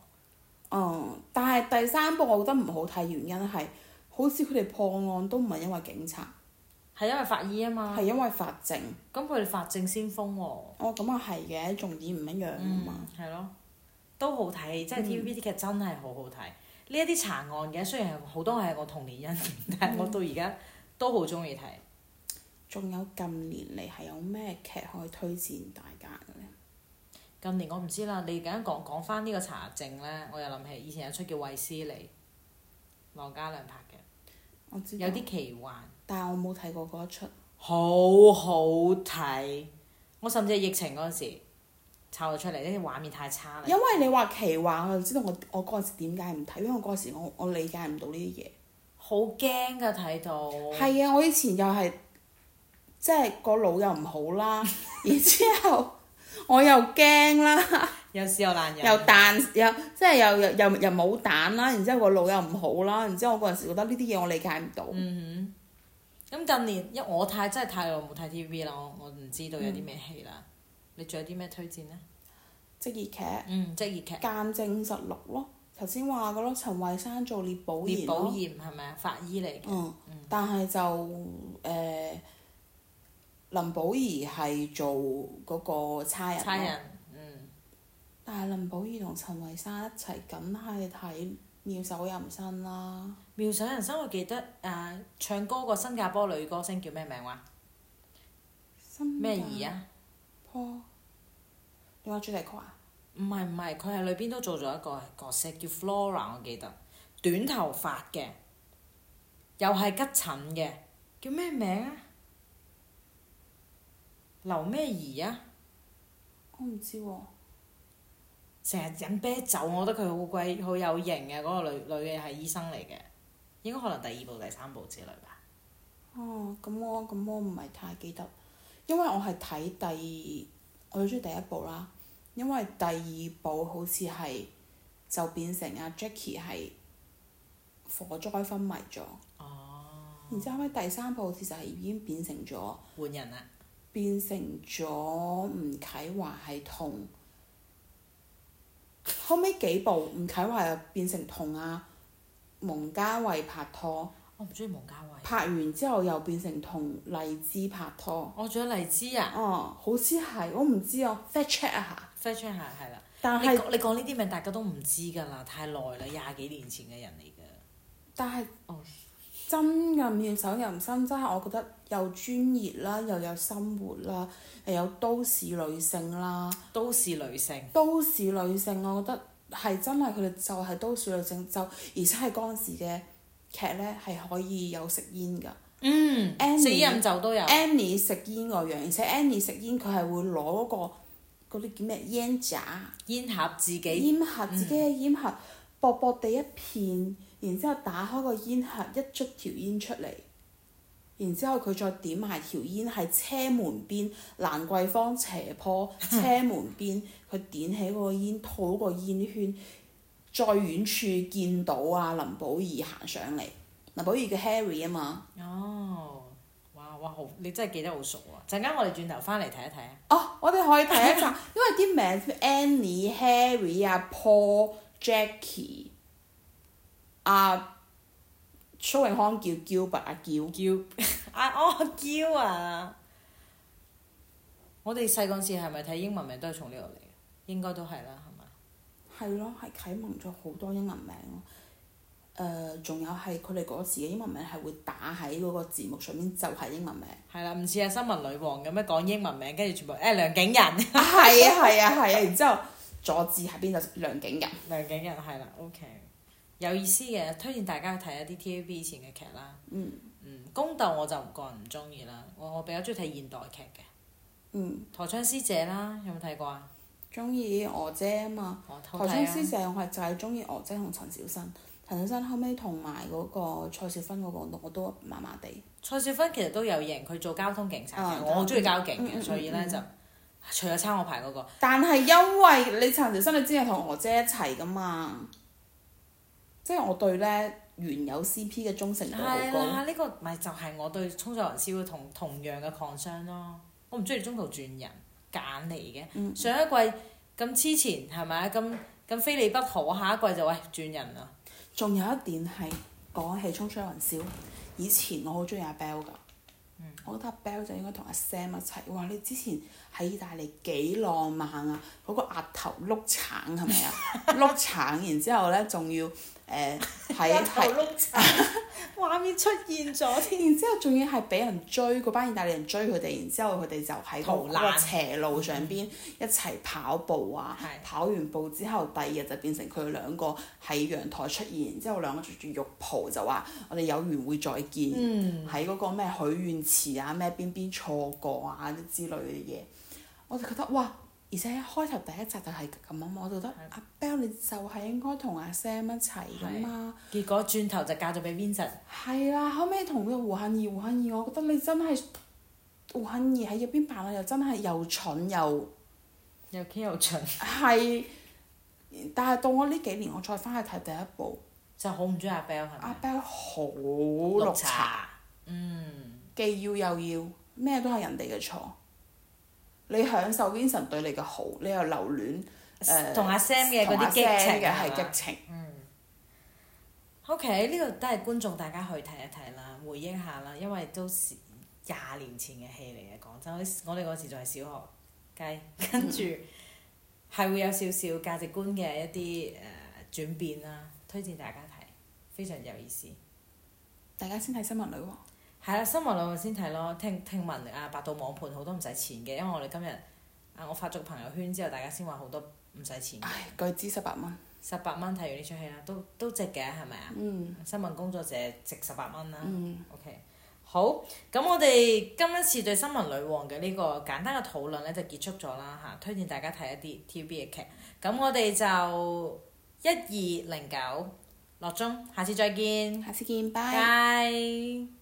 B: 嗯，但係第三部我覺得唔好睇，原因係好似佢哋破案都唔係因為警察，
A: 係因為法醫啊嘛
B: 係，因為法證。
A: 咁佢哋法證先鋒喎，
B: 哦，咁啊係嘅，重點唔一樣啊
A: 嗯
B: 嘛。，嗯
A: 係咯，都好睇，即係 TVB 啲劇真係好好睇。呢一啲查案嘅，雖然係好多係我童年陰 影，但係我到而家都好中意睇。
B: 仲有近年嚟係有咩劇可以推薦大家嘅咧？
A: 近年我唔知啦，你而家講講翻呢個查證咧，我又諗起以前有出叫《衛斯理》，羅嘉良拍嘅，
B: 我知道
A: 有，啲啊奇幻。
B: 但係我冇睇過嗰一出。
A: 好好睇，我甚至係疫情嗰陣時抄咗出嚟，啲畫面太差啦。
B: 因為你話奇幻，我就知道我我嗰陣時點解唔睇，因為我嗰陣時我我理解唔到呢啲嘢。
A: 好驚㗎，睇到。
B: 係啊，我以前又係，即係個腦又唔好 啦，然之後我又驚 啦，
A: 有屎有爛人。
B: 又彈又即係又又又又冇彈啦，然之後個腦又唔好啦，然之後我嗰陣時覺得呢啲嘢我理解唔到。
A: 嗯哼。咁近年，因為我太真係太耐冇睇 TV 啦，我我唔知道有啲咩戲啦。
B: 嗯
A: 你仲有啲咩推薦呢？
B: 職業劇
A: 嗯，職業劇。
B: 鑑證實錄咯，頭先話嘅咯，陳慧珊做聶寶
A: 聶
B: 言
A: 寶
B: 咯，
A: 艷係咪啊？法醫嚟嘅。
B: 嗯，但係就誒、呃林保怡係做嗰個差人咯
A: 差人。嗯。
B: 但係林保怡同陳慧珊一齊，梗係睇《妙手人生》啦。
A: 啊妙手人生，我記得誒、唱歌個新加坡女歌星叫咩名話？
B: 真
A: 咩
B: 㗎
A: 兒啊？
B: 坡仲有主題曲啊？
A: 唔係唔係，佢喺裏邊都做咗一個角色叫 Flora，我記得短頭髮嘅，又係吉診嘅，叫咩名啊？劉咩兒啊？
B: 我唔知喎、
A: 成日飲啤酒，我覺得佢好鬼好有型嘅嗰、個女女嘅係醫生嚟嘅，應該可能第二部、第三部之類吧。
B: 哦，咁我咁我唔係太記得，因為我係睇第我最中意第一部啦，因為第二部好似係就變成阿 Jackie 係火災昏迷咗，
A: 哦，
B: 然之後後尾第三部好似就係已經變成咗
A: 換人啦，
B: 變成咗吳啟華係同後尾幾部吳啟華又變成同阿蒙嘉慧拍拖，
A: 我唔中意蒙嘉慧，
B: 拍完之後又變成同荔枝拍拖。
A: 我仲有荔枝啊
B: 哦，好似係，我唔知啊，fact check 一下。
A: f a s h i o n 係係啦。
B: 但
A: 你
B: 係
A: 講你講呢啲名大家都唔知㗎啦，太耐啦，廿幾年前嘅人嚟㗎。
B: 但係
A: 哦
B: 真嘅妙手仁心，真係我覺得又專業啦，又有生活啦，又有都市女性啦，
A: 都市女性，
B: 都市女性我覺得係真係佢哋就係都市女性，就而且係嗰陣時嘅劇咧係可以有食煙㗎。
A: 嗯
B: Annie
A: 死人就都有，
B: Annie 食煙個樣，而且 Annie 食煙佢係會攞嗰、個嗰啲叫咩煙渣。啊
A: 煙盒自己嗯
B: 煙盒自己嘅煙盒，薄薄地一片，然之後打開個煙盒，一捽條煙出嚟，然之後佢再點埋條煙喺車門邊，蘭桂坊斜坡 車門邊，佢點起嗰個煙，吐個煙圈，再遠處見到啊林保怡行上嚟，林保怡嘅 Harry 啊嘛，
A: 哦，哇哇好，你真係記得好熟喎！陣間我哋轉頭翻嚟睇一睇啊，
B: 哦，我哋可以睇 一集，因為啲名 Annie、Harry 啊、Paul、Jackie 啊、蘇永康叫 Gilbert 啊叫，
A: 叫 啊哦叫啊！我哋細個嗰時係咪睇英文名都係從呢度嚟嘅？應該都係啦，係嘛？
B: 係咯，係啟蒙咗好多英文名咯。誒、仲有係佢哋嗰時嘅英文名係會打喺嗰個字幕上面，就係、英文名。
A: 係啦，唔似係新聞女王咁樣講英文名，跟住全部誒、梁景仁，
B: 啊，係啊，係啊，係啊，然之後佐治喺邊就梁景仁。
A: 梁景仁係啦，OK，有意思嘅，推薦大家去睇一啲 TVB 以前嘅劇啦。
B: 嗯
A: 嗯，宮鬥我就個人唔中意啦，我我比較中意睇現代劇嘅。
B: 嗯，
A: 陀槍師姐啦，有冇睇過啊？
B: 中意娥姐啊嘛。
A: 我偷睇
B: 台中
A: 啊！
B: 師姐我係就係中意娥姐同陳小生，陳小生後尾同埋嗰個蔡少芬嗰個我都麻麻地。
A: 蔡少芬其實都有型，佢做交通警察嘅，
B: 啊
A: 我好中意交警
B: 嗯嗯
A: 嘅，
B: 嗯
A: 所以咧
B: 嗯
A: 就除咗抄我牌嗰、個，
B: 但係因為你陳小生你知係同娥姐一齊噶嘛，即係我對咧原有 CP 嘅忠誠度嗯好
A: 係
B: 高。
A: 啦，呢個咪就係我對《衝上雲霄》同同樣嘅抗傷咯。我唔中意中途轉人揀嚟嘅，
B: 嗯
A: 上一季咁黐纏係咪啊？咁咁非你不可，下一季就喂轉人啦。
B: 仲有一點係講起《衝出雲霄》，以前我好中意阿 Bell 噶，我覺得阿 Bell 就應該同阿 Sam 一齊。哇！你之前喺意大利幾浪漫啊！嗰、個額頭碌橙係咪啊？碌橙，然之後咧仲要誒呃 喺係，
A: 碌柴，畫面出現 咗添。
B: 然之後仲要係俾人追嗰班意大利人追佢哋，然之後佢哋就喺
A: 逃
B: 嗰
A: 難嗯
B: 個斜路上邊一齊跑步啊！
A: 係
B: 跑完步之後，第二日就變成佢哋兩個喺陽台出現，然之後兩個着住浴袍就話：我哋有緣會再見。
A: 嗯，
B: 喺嗰個咩許願池啊，咩邊邊錯過啊之類嘅嘢，我就覺得哇！而且一開頭第一集就係咁啊嘛，我就覺得阿 Bell 你就係應該同阿 Sam 一齊噶嘛，
A: 結果轉頭就嫁咗俾 Vincent。
B: 係啦、後尾同個胡杏兒，胡杏兒我覺得你真係胡杏兒喺入邊扮啊，又真係又蠢又
A: 又 K 又蠢，
B: 係，但係到我呢幾年我再翻去睇第一部，
A: 就好唔中意阿 Bell 係咪
B: 阿？Bell 好綠茶。，
A: 嗯，
B: 既要又要，咩都係人哋嘅錯。你享受 Vincent 對你嘅好，你又留戀誒
A: 同阿 Sam 嘅嗰
B: 呃同阿
A: 啲激
B: Sam
A: 情啊係
B: 嘅係
A: 嘛
B: 激情。
A: OK，呢個都係觀眾大家去睇一睇啦，回憶下啦，因為都是廿年前嘅戲嚟嘅，講真，我哋嗰時仲係小學 雞，跟住係會有少少價值觀嘅一啲誒、呃、轉變啦，推薦大家睇，非常有意思。
B: 大家先睇新聞女王，
A: 係啦，新聞兩日先睇咯。聽聽聞啊，百度網盤好多唔使錢嘅，因為我哋今日啊，我發咗個朋友圈之後，大家先話好多唔使錢嘅，
B: 唉，據知十八蚊，
A: 十八蚊睇完呢出戲啦，都都值嘅係咪啊？
B: 嗯
A: 新聞工作者值十八蚊啦。
B: 嗯，
A: OK，好，咁我哋今一次對新聞女王嘅呢個簡單嘅討論咧就結束咗啦嚇，推薦大家睇一啲 TVB 嘅劇。咁我哋就嗯一二零九落鐘，下次再見，
B: 下次見，拜。
A: 拜。